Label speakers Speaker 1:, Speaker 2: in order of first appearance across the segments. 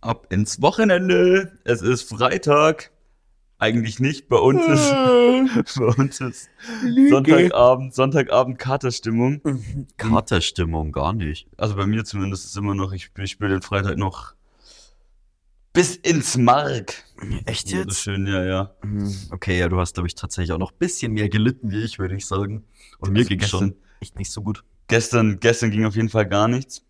Speaker 1: ab ins Wochenende. Es ist Freitag. Eigentlich nicht. Bei uns ist,
Speaker 2: Hm.
Speaker 1: bei uns ist Sonntagabend, Sonntagabend Katerstimmung. Katerstimmung, gar nicht. Also bei mir zumindest ist immer noch, ich, ich spiele den Freitag noch bis ins Mark.
Speaker 2: Echt
Speaker 1: So
Speaker 2: jetzt?
Speaker 1: schön, ja, ja.
Speaker 2: Hm, Okay, ja, du hast, glaube ich, tatsächlich auch noch ein bisschen mehr gelitten wie ich, würde ich sagen. Und mir
Speaker 1: Also
Speaker 2: ging
Speaker 1: gestern-
Speaker 2: schon echt nicht so gut.
Speaker 1: Gestern, gestern ging auf jeden Fall gar nichts.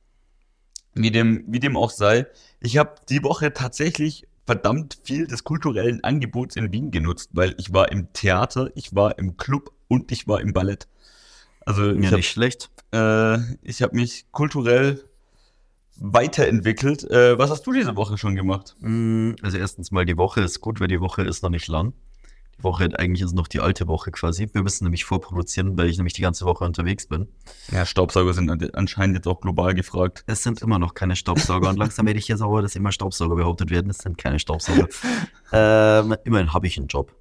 Speaker 1: Wie dem, wie dem auch sei. Ich habe die Woche tatsächlich verdammt viel des kulturellen Angebots in Wien genutzt, weil ich war im Theater, ich war im Club und ich war im Ballett. Also ich
Speaker 2: Ja,
Speaker 1: hab-
Speaker 2: nicht schlecht.
Speaker 1: äh, ich habe mich kulturell weiterentwickelt. Äh, was hast du diese Woche schon gemacht? Mhm.
Speaker 2: Hm, Also erstens mal, die Woche ist gut, weil die Woche ist noch nicht lang. Die Woche eigentlich ist noch die alte Woche quasi. Wir müssen nämlich vorproduzieren, weil ich nämlich die ganze Woche unterwegs bin.
Speaker 1: Ja, Staubsauger sind an- anscheinend jetzt auch global gefragt.
Speaker 2: Es sind immer noch keine Staubsauger und langsam werde ich hier sauer, dass immer Staubsauger behauptet werden. Es sind keine Staubsauger. ähm, immerhin habe ich einen Job.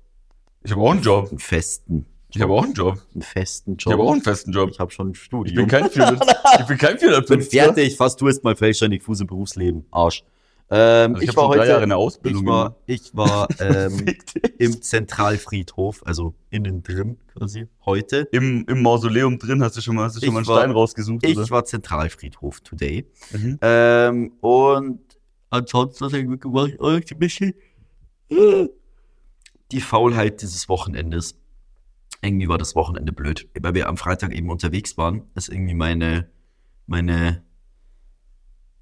Speaker 1: Ich habe auch einen Job.
Speaker 2: Einen festen.
Speaker 1: Ich habe auch einen Job.
Speaker 2: Einen festen
Speaker 1: Ich
Speaker 2: Job.
Speaker 1: habe auch einen festen Job.
Speaker 2: Ich habe schon ein
Speaker 1: Ich
Speaker 2: Studium.
Speaker 1: bin kein Freelancer. Ich bin kein
Speaker 2: Ich bin
Speaker 1: Freelancer.
Speaker 2: fertig, fast du bist mal vollständig Fuß im Berufsleben. Arsch. Ähm,
Speaker 1: Also
Speaker 2: ich,
Speaker 1: ich, hab
Speaker 2: war
Speaker 1: schon drei Jahre
Speaker 2: heute.
Speaker 1: eine Ausbildung
Speaker 2: Ich war,
Speaker 1: gemacht.
Speaker 2: ich war ähm,
Speaker 1: Fick dich.
Speaker 2: im Zentralfriedhof, also innen drin quasi, heute.
Speaker 1: Im, Im Mausoleum drin hast du schon mal, hast du schon
Speaker 2: Ich
Speaker 1: mal einen
Speaker 2: war-
Speaker 1: Stein rausgesucht,
Speaker 2: Ich
Speaker 1: oder?
Speaker 2: war Zentralfriedhof today.
Speaker 1: Mhm.
Speaker 2: Ähm, und ansonsten was hab ich mitgemacht, oh, ich bin schön. äh, die Faulheit dieses Wochenendes. Irgendwie war das Wochenende blöd, weil wir am Freitag eben unterwegs waren, ist irgendwie meine, meine,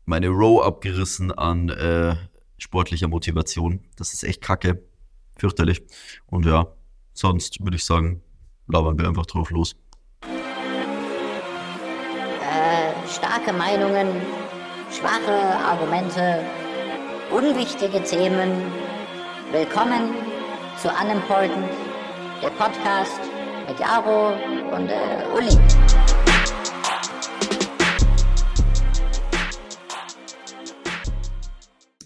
Speaker 2: meine Row abgerissen an äh, sportlicher Motivation. Das ist echt kacke. Fürchterlich. Und ja, sonst würde ich sagen, labern wir einfach drauf los.
Speaker 3: Äh, starke Meinungen, schwache Argumente, unwichtige Themen. Willkommen zu Unimportant, der Podcast mit Jaro und äh, Uli.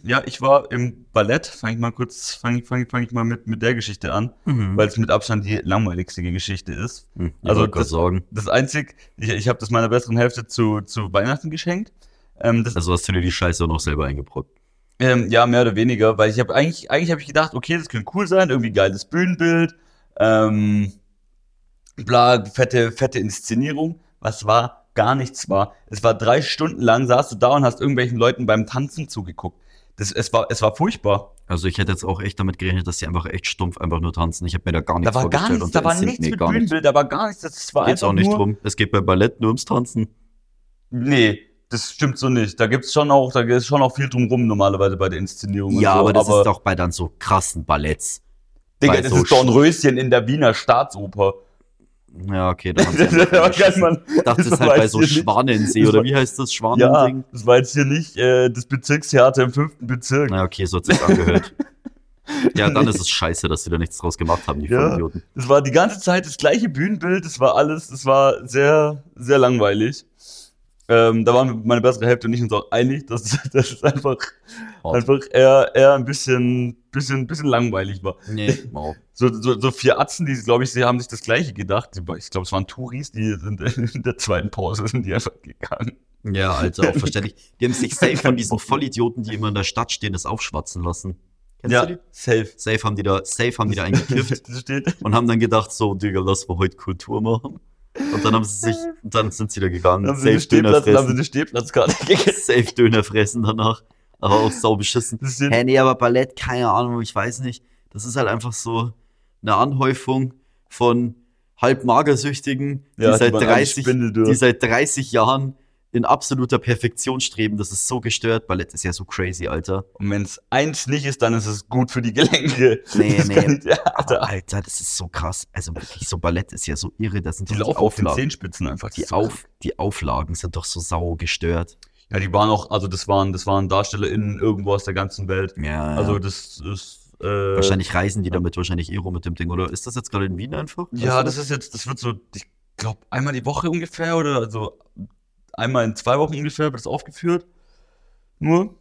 Speaker 1: Ja, ich war im Ballett. Fang ich mal kurz, fang, ich- fang, ich- fang ich mal mit, mit der Geschichte an, weil es mit Abstand die langweiligste Geschichte ist.
Speaker 2: Hm, ich
Speaker 1: also
Speaker 2: Mhm. wollte gerade
Speaker 1: das-
Speaker 2: sagen,
Speaker 1: Das einzig, ich, ich habe das meiner besseren Hälfte zu, zu Weihnachten geschenkt. Ähm, das,
Speaker 2: also hast du dir die Scheiße auch noch selber eingebrockt.
Speaker 1: ähm, ja, mehr oder weniger, weil ich habe eigentlich, eigentlich habe ich gedacht, okay, das könnte cool sein, irgendwie geiles Bühnenbild, ähm, bla, fette, fette Inszenierung. Was war? Gar nichts war. Es war drei Stunden lang, saßt du da und hast irgendwelchen Leuten beim Tanzen zugeguckt. Das, es, war, es war furchtbar.
Speaker 2: Also ich hätte jetzt auch echt damit gerechnet, dass sie einfach echt stumpf einfach nur tanzen. Ich habe mir da gar nichts
Speaker 1: Da war gar
Speaker 2: vorgestellt.
Speaker 1: nichts,
Speaker 2: und
Speaker 1: da war
Speaker 2: es sind-
Speaker 1: nichts
Speaker 2: nee,
Speaker 1: mit
Speaker 2: gar nichts.
Speaker 1: Bühnenbild, da war gar nichts. Das war
Speaker 2: Geht's auch
Speaker 1: einfach
Speaker 2: nicht
Speaker 1: nur,
Speaker 2: drum. Es geht bei Ballett nur ums Tanzen.
Speaker 1: Nee, das stimmt so nicht. Da gibt's schon auch, da ist schon auch viel drum rum normalerweise bei der Inszenierung. und
Speaker 2: Ja,
Speaker 1: so,
Speaker 2: aber das ist doch bei dann so krassen Balletts.
Speaker 1: Digga,
Speaker 2: bei
Speaker 1: das
Speaker 2: so
Speaker 1: ist Dornröschen in der Wiener Staatsoper.
Speaker 2: Ja, okay, da haben sie
Speaker 1: Das
Speaker 2: einfach
Speaker 1: war kein
Speaker 2: geschissen.
Speaker 1: Mann.
Speaker 2: Ich dachte, das
Speaker 1: das
Speaker 2: ist halt bei
Speaker 1: weiß
Speaker 2: so
Speaker 1: ich nicht.
Speaker 2: Schwanensee
Speaker 1: Das
Speaker 2: oder
Speaker 1: war-
Speaker 2: wie heißt das
Speaker 1: Ja,
Speaker 2: Schwanending?
Speaker 1: das war jetzt hier nicht äh, das Bezirkstheater im fünften Bezirk.
Speaker 2: Na, okay, so hat sich's angehört. Ja, dann
Speaker 1: Nee.
Speaker 2: ist es scheiße, dass sie da nichts draus gemacht haben, die
Speaker 1: Ja.
Speaker 2: Vollidioten.
Speaker 1: Das war die ganze Zeit das gleiche Bühnenbild. Das war alles, das war sehr, sehr langweilig. Ähm, da waren meine bessere Hälfte und ich uns auch einig, dass, dass es einfach,
Speaker 2: Hart.
Speaker 1: einfach eher, eher ein bisschen, bisschen, bisschen langweilig war.
Speaker 2: Nee, wow.
Speaker 1: So, so, so vier Atzen, die, glaube ich, sie haben sich das gleiche gedacht. Die- Ich glaube, es waren Touris, die sind in der zweiten Pause sind die einfach gegangen.
Speaker 2: Ja, Alter, auch verständlich. Die haben sich safe von diesen Vollidioten, die immer in der Stadt stehen, das aufschwatzen lassen. Kennst du die?
Speaker 1: safe.
Speaker 2: Safe haben die da, safe haben die da eingekifft
Speaker 1: Das steht.
Speaker 2: und haben dann gedacht, so, Digga, lass mal heute Kultur machen. Und dann haben sie sich, und dann sind sie da gegangen,
Speaker 1: Dann haben sie
Speaker 2: safe
Speaker 1: eine
Speaker 2: Döner
Speaker 1: Stehplatz, dann haben sie
Speaker 2: fressen,
Speaker 1: eine Stehplatzkarte gegessen.
Speaker 2: safe Döner fressen danach, aber auch sau beschissen.
Speaker 1: Das steht.
Speaker 2: Hä, nee, aber Ballett, keine Ahnung, ich weiß nicht. Das ist halt einfach so eine Anhäufung von halbmagersüchtigen, die halt
Speaker 1: Ja, die
Speaker 2: seit
Speaker 1: waren alle
Speaker 2: 30,
Speaker 1: spindeldürr.
Speaker 2: die seit 30 Jahren in absoluter Perfektion streben. Das ist so gestört. Ballett ist ja so crazy, Alter.
Speaker 1: Und wenn es eins nicht ist, dann ist es gut für die Gelenke.
Speaker 2: Nee,
Speaker 1: Das
Speaker 2: nee.
Speaker 1: kann ich- ja,
Speaker 2: Aber,
Speaker 1: Alter.
Speaker 2: Alter, das ist so krass. Also wirklich, so Ballett ist ja so irre. Das sind
Speaker 1: Die
Speaker 2: doch
Speaker 1: laufen auf den
Speaker 2: Auflagen.
Speaker 1: Zehenspitzen einfach. Das
Speaker 2: Die,
Speaker 1: ist so krass.
Speaker 2: auf, die Auflagen sind doch so sau gestört.
Speaker 1: Ja, die waren auch, also das waren, das waren DarstellerInnen irgendwo aus der ganzen Welt.
Speaker 2: Ja,
Speaker 1: Also das ist. Äh,
Speaker 2: wahrscheinlich reisen die damit wahrscheinlich eh rum mit dem Ding, oder? Ist das jetzt gerade in Wien einfach?
Speaker 1: Ja, das ist jetzt, das wird so, ich glaube, einmal die Woche ungefähr oder also einmal in zwei Wochen ungefähr wird es aufgeführt. Nur.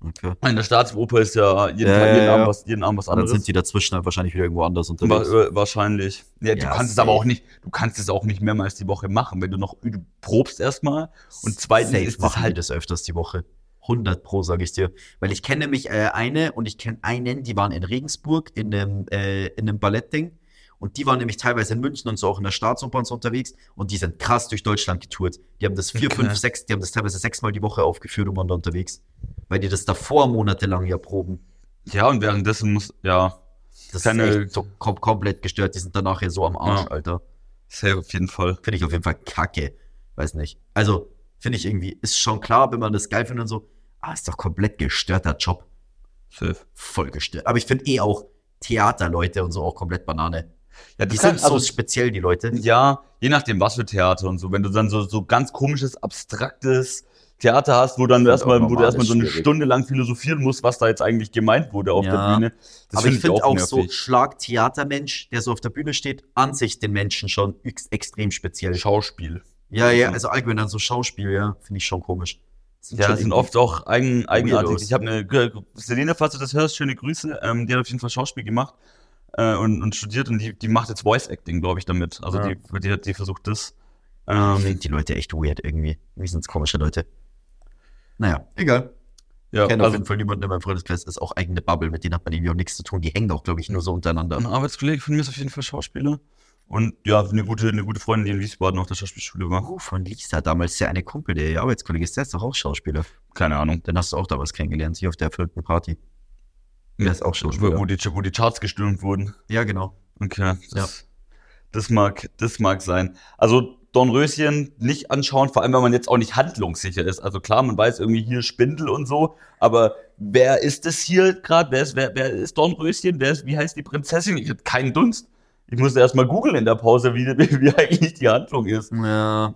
Speaker 2: Okay.
Speaker 1: In der Staatsoper ist ja jeden,
Speaker 2: Ja,
Speaker 1: Tag,
Speaker 2: ja,
Speaker 1: jeden,
Speaker 2: ja.
Speaker 1: Abend was, jeden Abend was
Speaker 2: Und dann
Speaker 1: anderes.
Speaker 2: sind die dazwischen halt wahrscheinlich wieder irgendwo anders
Speaker 1: Wa
Speaker 2: unterwegs.
Speaker 1: äh, wahrscheinlich. Ja, du
Speaker 2: Ja, eh
Speaker 1: kannst es
Speaker 2: safe.
Speaker 1: aber auch nicht, du kannst es auch nicht mehrmals die Woche machen, wenn du noch du probst erstmal und zweitens
Speaker 2: Safe
Speaker 1: ist es
Speaker 2: machen die
Speaker 1: halt-
Speaker 2: das öfters die Woche. 100 Pro, sage ich dir. Weil ich kenne mich äh, eine und ich kenne einen, die waren in Regensburg in einem, äh, in einem Ballettding. Und die waren nämlich teilweise in München und so auch in der Staatsoper und so unterwegs. Und die sind krass durch Deutschland getourt. Die haben das vier,
Speaker 1: Okay.
Speaker 2: fünf, sechs, die haben das teilweise sechsmal die Woche aufgeführt und waren da unterwegs. Weil die das davor monatelang ja proben.
Speaker 1: Ja, und währenddessen muss, ja,
Speaker 2: Das ist
Speaker 1: Keine-
Speaker 2: echt so kom komplett gestört. Die sind danach ja so am Arsch,
Speaker 1: Ja.
Speaker 2: Alter.
Speaker 1: safe auf jeden Fall.
Speaker 2: Finde ich auf jeden Fall kacke. Weiß nicht. Also, finde ich irgendwie, ist schon klar, wenn man das geil findet und so, ah, ist doch komplett gestörter Job.
Speaker 1: Safe.
Speaker 2: Voll gestört. Aber ich finde eh auch Theaterleute und so auch komplett Banane.
Speaker 1: Ja,
Speaker 2: Die
Speaker 1: das
Speaker 2: sind
Speaker 1: kann,
Speaker 2: so
Speaker 1: also,
Speaker 2: speziell, die Leute.
Speaker 1: ja, je nachdem, was für Theater und so. Wenn du dann so, so ganz komisches, abstraktes Theater hast, wo dann
Speaker 2: Find
Speaker 1: erstmal,
Speaker 2: auch
Speaker 1: wo du erstmal
Speaker 2: normales
Speaker 1: so eine
Speaker 2: halt schwierig.
Speaker 1: Stunde lang philosophieren musst, was da jetzt eigentlich gemeint wurde auf
Speaker 2: Ja.
Speaker 1: der Bühne.
Speaker 2: Aber ich finde auch, so
Speaker 1: nervig.
Speaker 2: Schlag-Theatermensch, der so auf der Bühne steht, an sich den Menschen schon ex extrem speziell.
Speaker 1: Schauspiel.
Speaker 2: ja, ja,
Speaker 1: Mhm.
Speaker 2: also allgemein dann so Schauspiel, ja, finde ich schon komisch.
Speaker 1: Ja,
Speaker 2: schon
Speaker 1: das sind
Speaker 2: irgendwie-
Speaker 1: oft auch eigen, eigenartig.
Speaker 2: Weirdos.
Speaker 1: Ich habe eine, Selene, falls du das hörst, schöne Grüße. Ähm, die hat auf jeden Fall Schauspiel gemacht äh, und, und studiert und die, die macht jetzt Voice Acting, glaube ich, damit. Also
Speaker 2: Ja.
Speaker 1: die, die, hat- die versucht das.
Speaker 2: Ich
Speaker 1: Ähm,
Speaker 2: find die Leute echt weird irgendwie. Wie sind's komische Leute? Naja, egal.
Speaker 1: ja,
Speaker 2: Ich kenne auf
Speaker 1: also
Speaker 2: jeden Fall niemanden in meinem Freundeskreis. Ist auch eigene Bubble, mit denen hat man irgendwie auch nichts zu tun. Die hängen auch, glaube ich, nur so untereinander.
Speaker 1: ein Arbeitskollege von mir ist auf jeden Fall Schauspieler. Und ja, eine gute, eine gute Freundin, die in Wiesbaden auf der Schauspielschule war.
Speaker 2: Oh, von Lisa damals, der eine Kumpel, der ihr Arbeitskollege ist, der ist doch auch Schauspieler.
Speaker 1: Keine Ahnung.
Speaker 2: Den hast du auch damals kennengelernt, hier auf der vierten Party. Der
Speaker 1: Ja.
Speaker 2: ist auch
Speaker 1: Wo, wo,
Speaker 2: Schauspieler.
Speaker 1: die, wo die Charts gestürmt wurden.
Speaker 2: Ja, genau.
Speaker 1: Okay, das, das, mag, das mag sein. Also Dornröschen nicht anschauen, vor allem wenn man jetzt auch nicht handlungssicher ist. Also klar, man weiß irgendwie hier Spindel und so, aber wer ist das hier gerade? Wer ist, wer, wer ist Dornröschen? Wer ist, wie heißt die Prinzessin? Ich hab keinen Dunst. Ich musste erst mal googeln in der Pause, wie, wie eigentlich die Handlung ist.
Speaker 2: Ja.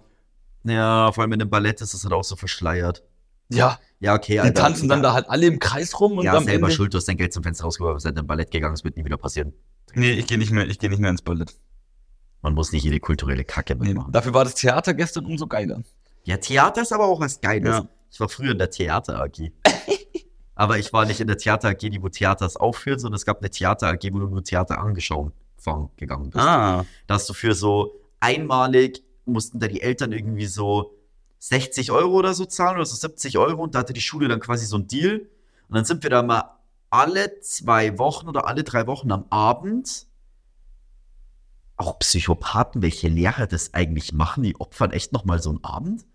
Speaker 2: Ja, vor allem in dem Ballett ist es halt auch so verschleiert.
Speaker 1: Ja,
Speaker 2: Ja, okay,
Speaker 1: die tanzen dann da halt alle im Kreis rum und
Speaker 2: Ja,
Speaker 1: am
Speaker 2: selber
Speaker 1: Ende-
Speaker 2: schuld, du hast dein Geld zum Fenster rausgeworfen, seit dem Ballett gegangen, es wird nie wieder passieren.
Speaker 1: Nee, ich gehe nicht mehr, ich gehe nicht mehr ins Ballett.
Speaker 2: Man muss nicht jede kulturelle Kacke
Speaker 1: Nee,
Speaker 2: mitmachen.
Speaker 1: dafür war das Theater gestern umso geiler.
Speaker 2: Ja, Theater ist aber auch was Geiles.
Speaker 1: Ja.
Speaker 2: Ich war früher in der Theater AG. aber ich war nicht in der Theater AG, die wo Theaters aufführen, sondern es gab eine Theater AG, wo du nur Theater angeschaut fahren gegangen bist.
Speaker 1: Ah,
Speaker 2: Da hast du für so einmalig mussten da die Eltern irgendwie so 60 Euro oder so zahlen oder so 70 Euro und da hatte die Schule dann quasi so einen Deal. Und dann sind wir da mal alle zwei Wochen oder alle drei Wochen am Abend. Auch Psychopathen, welche Lehrer das eigentlich machen, die opfern echt nochmal so einen Abend.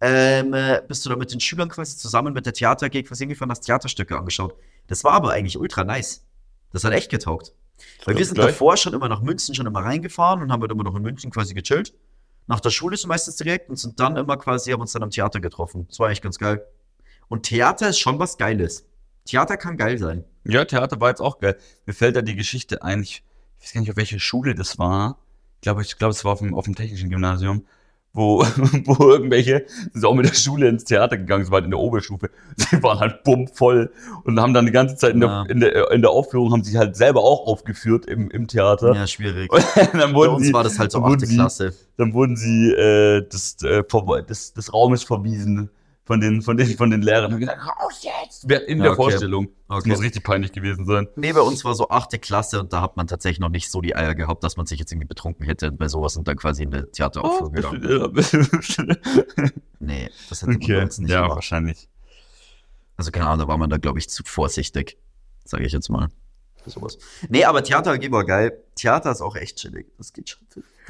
Speaker 2: Ähm, äh, bist du da mit den Schülern quasi zusammen mit der Theater AG quasi hingefahren, hast Theaterstücke angeschaut. Das war aber eigentlich ultra nice. Das hat echt getaugt. Weil wir sind
Speaker 1: gleich.
Speaker 2: davor schon immer nach München schon immer reingefahren und haben halt immer noch in München quasi gechillt. Nach der Schule so meistens direkt und sind dann immer quasi, haben uns dann am Theater getroffen. Das war eigentlich ganz geil. Und Theater ist schon was Geiles. Theater kann geil sein.
Speaker 1: Ja, Theater war jetzt auch geil. Mir fällt da die Geschichte ein. Ich weiß gar nicht, auf welcher Schule das war. Ich glaube, ich glaube, es war auf dem, auf dem technischen Gymnasium, wo, wo irgendwelche sind auch mit der Schule ins Theater gegangen, so weit in der Oberstufe. Sie waren halt bummvoll und haben dann die ganze Zeit in
Speaker 2: Ja.
Speaker 1: der, in der, in der Aufführung haben sich halt selber auch aufgeführt im, im Theater.
Speaker 2: Ja, schwierig.
Speaker 1: Und dann
Speaker 2: Bei
Speaker 1: wurden
Speaker 2: uns
Speaker 1: sie,
Speaker 2: war das halt so
Speaker 1: wurden
Speaker 2: 8.
Speaker 1: sie-
Speaker 2: Klasse.
Speaker 1: dann wurden sie äh, des, äh, vom, des, des Raumes verwiesen von den, von den, von den Lehrern. Haben gesagt, raus jetzt! In
Speaker 2: Ja,
Speaker 1: der
Speaker 2: okay.
Speaker 1: Vorstellung. Das
Speaker 2: Okay.
Speaker 1: muss richtig peinlich gewesen sein.
Speaker 2: Nee, bei uns war so 8. Klasse und da hat man tatsächlich noch nicht so die Eier gehabt, dass man sich jetzt irgendwie betrunken hätte bei sowas und dann quasi in eine
Speaker 1: Oh,
Speaker 2: Theateraufführung
Speaker 1: genau.
Speaker 2: gegangen. Nee, das hätte man bei
Speaker 1: äh, okay,
Speaker 2: uns nicht
Speaker 1: ja,
Speaker 2: gemacht.
Speaker 1: wahrscheinlich.
Speaker 2: Also keine Ahnung, da war man da, glaube ich, zu vorsichtig, sage ich jetzt mal. Für sowas. Nee, aber Theater AG war geil. Theater ist auch echt chillig. Das geht schon.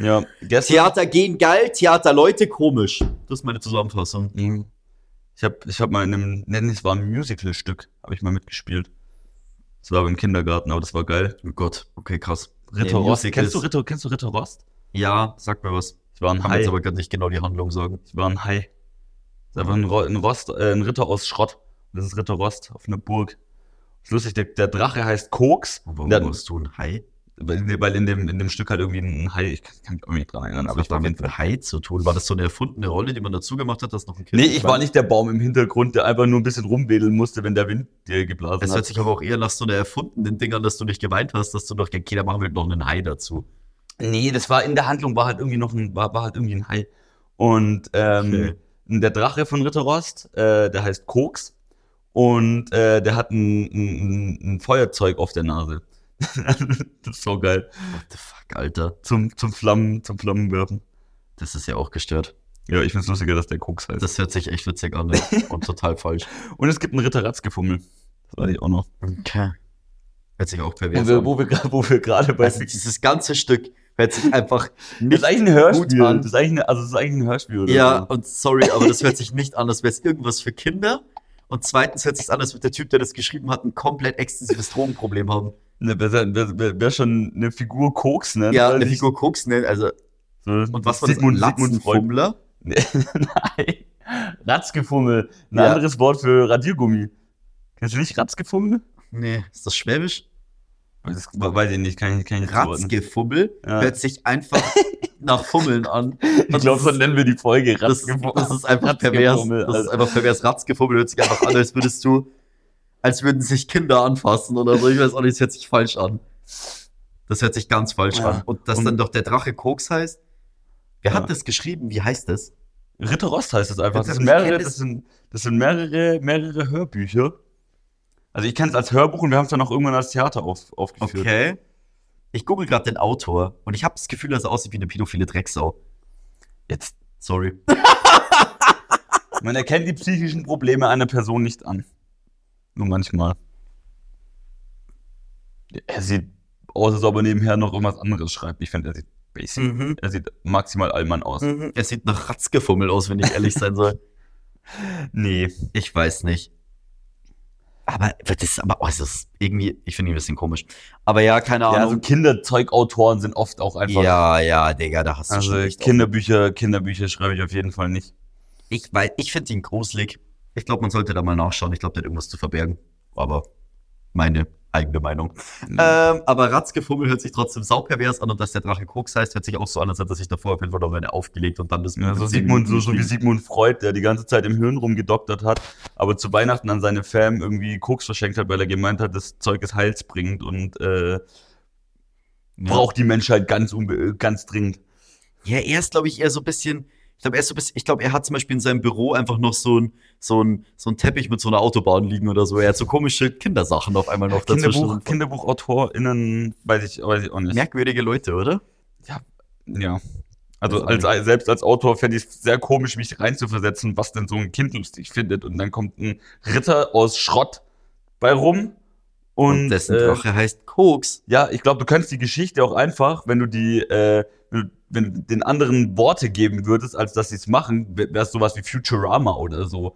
Speaker 1: Ja, gestern.
Speaker 2: Theater gehen geil, Theater Leute komisch. Das ist meine Zusammenfassung.
Speaker 1: Mhm. Ich habe ich hab mal in einem, nennen es war ein Musical-Stück, habe ich mal mitgespielt. Das war aber im Kindergarten, aber das war geil.
Speaker 2: Oh Gott, okay, krass.
Speaker 1: Ritter Rost.
Speaker 2: Musicals.
Speaker 1: Kennst du, Ritter, kennst du Ritter Rost?
Speaker 2: Ja, sag mir was.
Speaker 1: Ich war ein
Speaker 2: Kann mir
Speaker 1: Hai.
Speaker 2: jetzt aber gar nicht genau die Handlung sagen.
Speaker 1: Ich war ein Hai. Das ist einfach ein, Ro- ein, Rost, äh, ein Ritter aus Schrott. Das ist Ritter Rost auf einer Burg. Ist lustig, der, der Drache heißt Koks.
Speaker 2: Und Oh, warum
Speaker 1: Der-
Speaker 2: musst du ein Hai?
Speaker 1: weil weil in, dem, in dem Stück halt irgendwie ein Hai, ich kann, kann mich auch nicht dran erinnern,
Speaker 2: Was
Speaker 1: aber
Speaker 2: hat
Speaker 1: ich war auf jeden
Speaker 2: damit
Speaker 1: Fall.
Speaker 2: ein Hai zu tun? War das so eine erfundene Rolle, die man dazu gemacht hat, dass noch ein Kind
Speaker 1: Nee, ich war nicht der Baum im Hintergrund, der einfach nur ein bisschen rumwedeln musste, wenn der Wind dir geblasen
Speaker 2: Es hört
Speaker 1: hat.
Speaker 2: sich aber auch eher nach so einer erfundenen Ding an, dass du nicht geweint hast, dass du noch, okay, da machen wir noch einen Hai dazu.
Speaker 1: Nee, das war in der Handlung, war halt irgendwie noch ein, war, war halt irgendwie ein Hai. Und ähm,
Speaker 2: Hm,
Speaker 1: der Drache von Ritter Rost, äh, der heißt Koks. Und äh, der hat ein, ein, ein- ein Feuerzeug auf der Nase. das ist so geil.
Speaker 2: What the fuck, Alter?
Speaker 1: Zum, zum Flammen, zum Flammenwerfen.
Speaker 2: Das ist ja auch gestört.
Speaker 1: Ja, ich find's lustiger, dass der Koks heißt.
Speaker 2: Das hört sich echt witzig an und total falsch.
Speaker 1: Und es gibt einen Ritterratzgefummel. Das war ich auch noch.
Speaker 2: Okay. Hört sich auch
Speaker 1: Wo
Speaker 2: pervers
Speaker 1: wir,
Speaker 2: an.
Speaker 1: wo wir, gra- wo wir gerade bei.
Speaker 2: Also dieses ganze Stück hört sich einfach
Speaker 1: das
Speaker 2: nicht
Speaker 1: ist eigentlich ein Hörspiel.
Speaker 2: gut an.
Speaker 1: Das ist eigentlich, eine, also das ist eigentlich ein Hörspiel. Oder
Speaker 2: Ja,
Speaker 1: So.
Speaker 2: und sorry, aber das hört sich nicht an, als wäre es irgendwas für Kinder. Und zweitens hört sich an, als würde der Typ, der das geschrieben hat, ein komplett extensives Drogenproblem haben.
Speaker 1: Ne, besser- Wer, wer, wer schon eine Figur Koks nennt.
Speaker 2: Ja,
Speaker 1: weiß
Speaker 2: eine
Speaker 1: ich.
Speaker 2: Figur Koks nennt, also,
Speaker 1: So,
Speaker 2: und was war das?
Speaker 1: Sigmund,
Speaker 2: Ein
Speaker 1: Sigmund Freud.
Speaker 2: Latzenfummler?
Speaker 1: Nein. Ratzgefummel. Ein
Speaker 2: Ja.
Speaker 1: anderes Wort für Radiergummi. Kennst du nicht Ratzgefummel?
Speaker 2: Nee, ist das Schwäbisch?
Speaker 1: Das weiß ich nicht, kann ich, kann ich nicht zuordnen.
Speaker 2: Ratzgefummel
Speaker 1: Ja.
Speaker 2: hört sich einfach nach Fummeln an.
Speaker 1: Ich glaube, so nennen wir die Folge
Speaker 2: das, ist-
Speaker 1: Ratzgefummel.
Speaker 2: das ist einfach pervers.
Speaker 1: Ratzgefummel,
Speaker 2: Das ist
Speaker 1: Alter.
Speaker 2: einfach pervers. Ratzgefummel hört sich einfach an, als würdest du, als würden sich Kinder anfassen oder so. Ich weiß auch nicht, das hört sich falsch an. Das hört sich ganz falsch
Speaker 1: Ja.
Speaker 2: an. Und dass
Speaker 1: Und-
Speaker 2: dann doch der Drache Koks heißt. Wer
Speaker 1: Ja.
Speaker 2: hat das geschrieben? Wie heißt das?
Speaker 1: Ritter Rost heißt das einfach.
Speaker 2: Wenn
Speaker 1: Das
Speaker 2: das
Speaker 1: sind
Speaker 2: nicht
Speaker 1: mehrere,
Speaker 2: kennt,
Speaker 1: das
Speaker 2: ist-
Speaker 1: sind, das sind mehrere, mehrere Hörbücher. Also ich kenne es als Hörbuch und wir haben es dann auch irgendwann als Theater auf, aufgeführt.
Speaker 2: Okay. Ich google gerade den Autor und ich habe das Gefühl, dass er aussieht wie eine pädophile Drecksau.
Speaker 1: Jetzt.
Speaker 2: Sorry.
Speaker 1: Man erkennt die psychischen Probleme einer Person nicht an. Nur manchmal. Er sieht aus, als ob er nebenher noch irgendwas anderes schreibt. Ich finde, er sieht basic.
Speaker 2: Mhm.
Speaker 1: Er sieht maximal allmann aus.
Speaker 2: Er sieht nach Ratzgefummel aus, wenn ich ehrlich sein soll.
Speaker 1: Nee.
Speaker 2: Ich weiß nicht. Aber das ist aber, oh, es ist irgendwie, ich finde ihn ein bisschen komisch. Aber ja, keine
Speaker 1: Ja, also
Speaker 2: Ahnung.
Speaker 1: Kinderzeugautoren sind oft auch einfach.
Speaker 2: ja, ja, Digga, da hast du
Speaker 1: Also
Speaker 2: schon recht.
Speaker 1: Kinderbücher, Kinderbücher schreibe ich auf jeden Fall nicht.
Speaker 2: Ich weiß, ich finde ihn gruselig. Ich glaube, man sollte da mal nachschauen. Ich glaube, der hat irgendwas zu verbergen. Aber meine eigene Meinung. Ähm, aber Ratzgefummel hört sich trotzdem saupervers an und dass der Drache Koks heißt, hört sich auch so an, als hätte er sich davor auf jeden Fall noch eine aufgelegt und dann das
Speaker 1: Ja, so,
Speaker 2: zehn
Speaker 1: Sigmund, so,
Speaker 2: Minuten
Speaker 1: so wie
Speaker 2: geschrieben.
Speaker 1: Sigmund Freud, der die ganze Zeit im Hirn rumgedoktert hat, aber zu Weihnachten an seine Fam irgendwie Koks verschenkt hat, weil er gemeint hat, das Zeug ist heilsbringend und äh, braucht die Menschheit ganz, unbe- ganz dringend.
Speaker 2: Ja, er ist, glaube ich, eher so ein bisschen. Ich glaube, er, ist so ein bisschen- ich glaub, er hat zum Beispiel in seinem Büro einfach noch so ein, so ein, so ein Teppich mit so einer Autobahn liegen oder so. Er hat so komische Kindersachen auf einmal noch dazwischen.
Speaker 1: Kinderbuch, KinderbuchautorInnen, weiß ich, weiß ich auch nicht.
Speaker 2: Merkwürdige Leute, oder?
Speaker 1: Ja. Also
Speaker 2: Weiß auch
Speaker 1: als,
Speaker 2: nicht.
Speaker 1: als- selbst als Autor fände ich es sehr komisch, mich reinzuversetzen, was denn so ein Kind lustig findet. Und dann kommt ein Ritter aus Schrott bei rum und,
Speaker 2: dessen
Speaker 1: äh,
Speaker 2: Drache heißt Koks.
Speaker 1: Ja, ich glaube, du könntest die Geschichte auch einfach, wenn du die, äh, wenn du- wenn du den anderen Worte geben würdest, als dass sie es machen, wärst sowas wie Futurama oder so.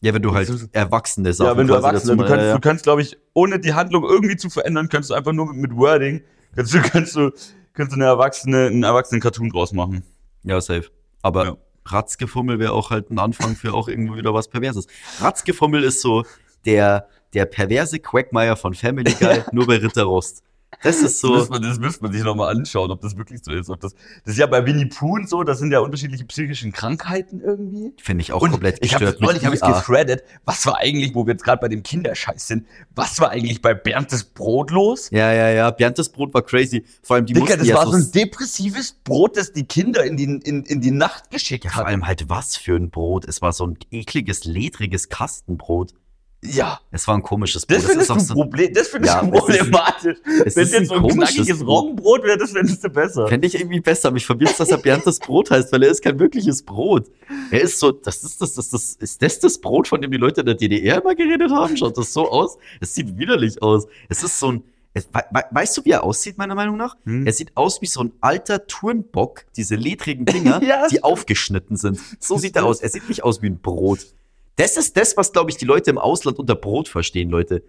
Speaker 2: Ja, wenn du halt
Speaker 1: Das ist-
Speaker 2: erwachsene Sachen
Speaker 1: ja, wenn du
Speaker 2: quasi
Speaker 1: erwachsen bist, du
Speaker 2: dazu-
Speaker 1: kannst,
Speaker 2: ja, ja.
Speaker 1: du kannst, glaube ich, ohne die Handlung irgendwie zu verändern, kannst du einfach nur mit, mit Wording, kannst du, kannst du, kannst du eine erwachsene, einen erwachsenen Cartoon draus machen.
Speaker 2: Ja, safe. Aber
Speaker 1: Ja.
Speaker 2: Ratzgefummel wäre auch halt ein Anfang für auch irgendwo wieder was Perverses. Ratzgefummel ist so der, der perverse Quackmeier von Family Guy, nur bei Ritter Rost. Das ist
Speaker 1: Das
Speaker 2: so.
Speaker 1: müsste man, das müsste man sich nochmal anschauen, ob das wirklich so ist. Ob das, das ist ja bei Winnie Pooh und so, das sind ja unterschiedliche psychischen Krankheiten irgendwie.
Speaker 2: Finde ich auch
Speaker 1: Und
Speaker 2: komplett
Speaker 1: ich habe
Speaker 2: gestört. mit E
Speaker 1: neulich hab ich
Speaker 2: IA.
Speaker 1: gethreadet, was war eigentlich, wo wir jetzt gerade bei dem Kinderscheiß sind, was war eigentlich bei Berndes Brot los?
Speaker 2: Ja, ja, ja. Berntes Brot war crazy. Vor allem die
Speaker 1: Digga,
Speaker 2: mussten
Speaker 1: das
Speaker 2: ja
Speaker 1: war so ein
Speaker 2: so
Speaker 1: depressives Brot, das die Kinder in die, in, in die Nacht geschickt
Speaker 2: ja, vor
Speaker 1: hat.
Speaker 2: allem halt was für ein Brot. Es war so ein ekliges, ledriges Kastenbrot.
Speaker 1: Ja,
Speaker 2: Es war ein komisches Brot.
Speaker 1: das findest
Speaker 2: auch
Speaker 1: du
Speaker 2: so,
Speaker 1: Problem, das findest
Speaker 2: Ja,
Speaker 1: du
Speaker 2: es ist ein-
Speaker 1: problematisch.
Speaker 2: es
Speaker 1: Wenn es
Speaker 2: ist
Speaker 1: jetzt
Speaker 2: ein
Speaker 1: so ein Hm? knackiges
Speaker 2: komisches Brot.
Speaker 1: Roggenbrot wäre, das fändest du besser.
Speaker 2: Fände ich irgendwie besser. Mich verwirrt, dass er Berntes Brot heißt, weil er ist kein wirkliches Brot. Er ist so, das ist das, das, das, ist das das Brot, von dem die Leute in der DDR immer geredet haben? Schaut das so aus? Es sieht widerlich aus. Es ist so ein, es, we, we, weißt du, wie er aussieht, meiner Meinung nach?
Speaker 1: Hm.
Speaker 2: Er sieht aus wie so ein alter Turnbock, diese ledrigen Dinger,
Speaker 1: Ja,
Speaker 2: die aufgeschnitten sind. So sieht er
Speaker 1: stimmt.
Speaker 2: aus. Er sieht nicht aus wie ein Brot. Das ist das, was, glaube ich, die Leute im Ausland unter Brot verstehen, Leute.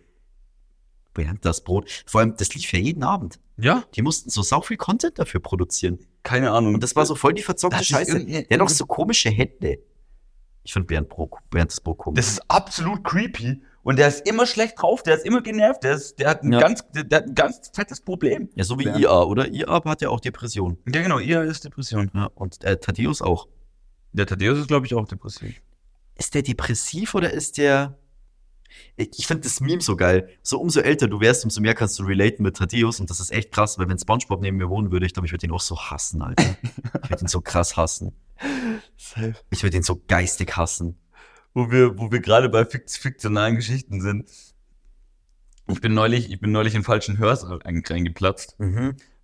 Speaker 2: Bernd, das Brot. Vor allem, das lief ja jeden Abend.
Speaker 1: Ja,
Speaker 2: Die mussten so sau viel Content dafür produzieren.
Speaker 1: keine Ahnung.
Speaker 2: Und das war so voll die verzockte
Speaker 1: Das ist
Speaker 2: Scheiße.
Speaker 1: irgendwie-
Speaker 2: Der hat auch so komische Hände. Ich finde Bernd, Bro, Bernd das Brot komisch.
Speaker 1: Das ist absolut creepy. Und der ist immer schlecht drauf, der ist immer genervt, der, ist, der, hat, ein
Speaker 2: Ja.
Speaker 1: ganz, der, der hat ein ganz fettes Problem.
Speaker 2: ja, so wie
Speaker 1: Bernd.
Speaker 2: IA, oder? IA hat ja auch Depressionen.
Speaker 1: Ja, genau, ihr ist Depression.
Speaker 2: Ja, und äh, Thaddeus auch.
Speaker 1: Der Thaddeus ist, glaube ich, auch depressiv.
Speaker 2: ist der depressiv oder ist der. Ich finde das Meme so geil. So umso älter du wärst, umso mehr kannst du relaten mit Thaddeus. Und das ist echt krass, weil wenn Spongebob neben mir wohnen würde, ich glaube, ich würde ihn auch so hassen, Alter. Ich würde ihn so krass hassen.
Speaker 1: Safe.
Speaker 2: Ich würde ihn so geistig hassen.
Speaker 1: Wo wir, wo wir gerade bei fikt- fiktionalen Geschichten
Speaker 2: Mhm.
Speaker 1: sind. Ich bin neulich, ich bin neulich in den falschen Hörsaal ein- reingeplatzt,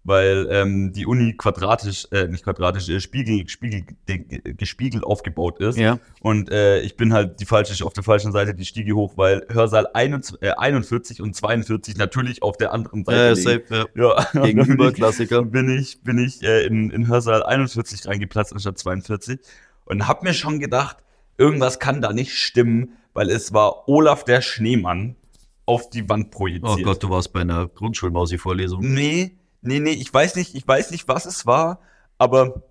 Speaker 1: weil ähm, die Uni quadratisch, äh, nicht quadratisch, äh, spiegel, spiegel, de- gespiegelt aufgebaut ist.
Speaker 2: Ja.
Speaker 1: Und äh, ich bin halt die falsche, auf der falschen Seite die Stiege hoch, weil Hörsaal 21, äh, 41 und 42 natürlich auf der anderen Seite
Speaker 2: Äh,
Speaker 1: liegen.
Speaker 2: safe, ja.
Speaker 1: Ja, und dann
Speaker 2: Gegenüber
Speaker 1: bin ich-
Speaker 2: Klassiker.
Speaker 1: bin ich, bin ich äh, in, in Hörsaal 41 reingeplatzt anstatt 42 und hab mir schon gedacht, irgendwas kann da nicht stimmen, weil es war Olaf der Schneemann auf die Wand
Speaker 2: Oh
Speaker 1: projiziert.
Speaker 2: Gott, du warst bei einer Grundschulmausi-Vorlesung.
Speaker 1: Nee, nee, nee, ich weiß nicht, ich weiß nicht, was es war, aber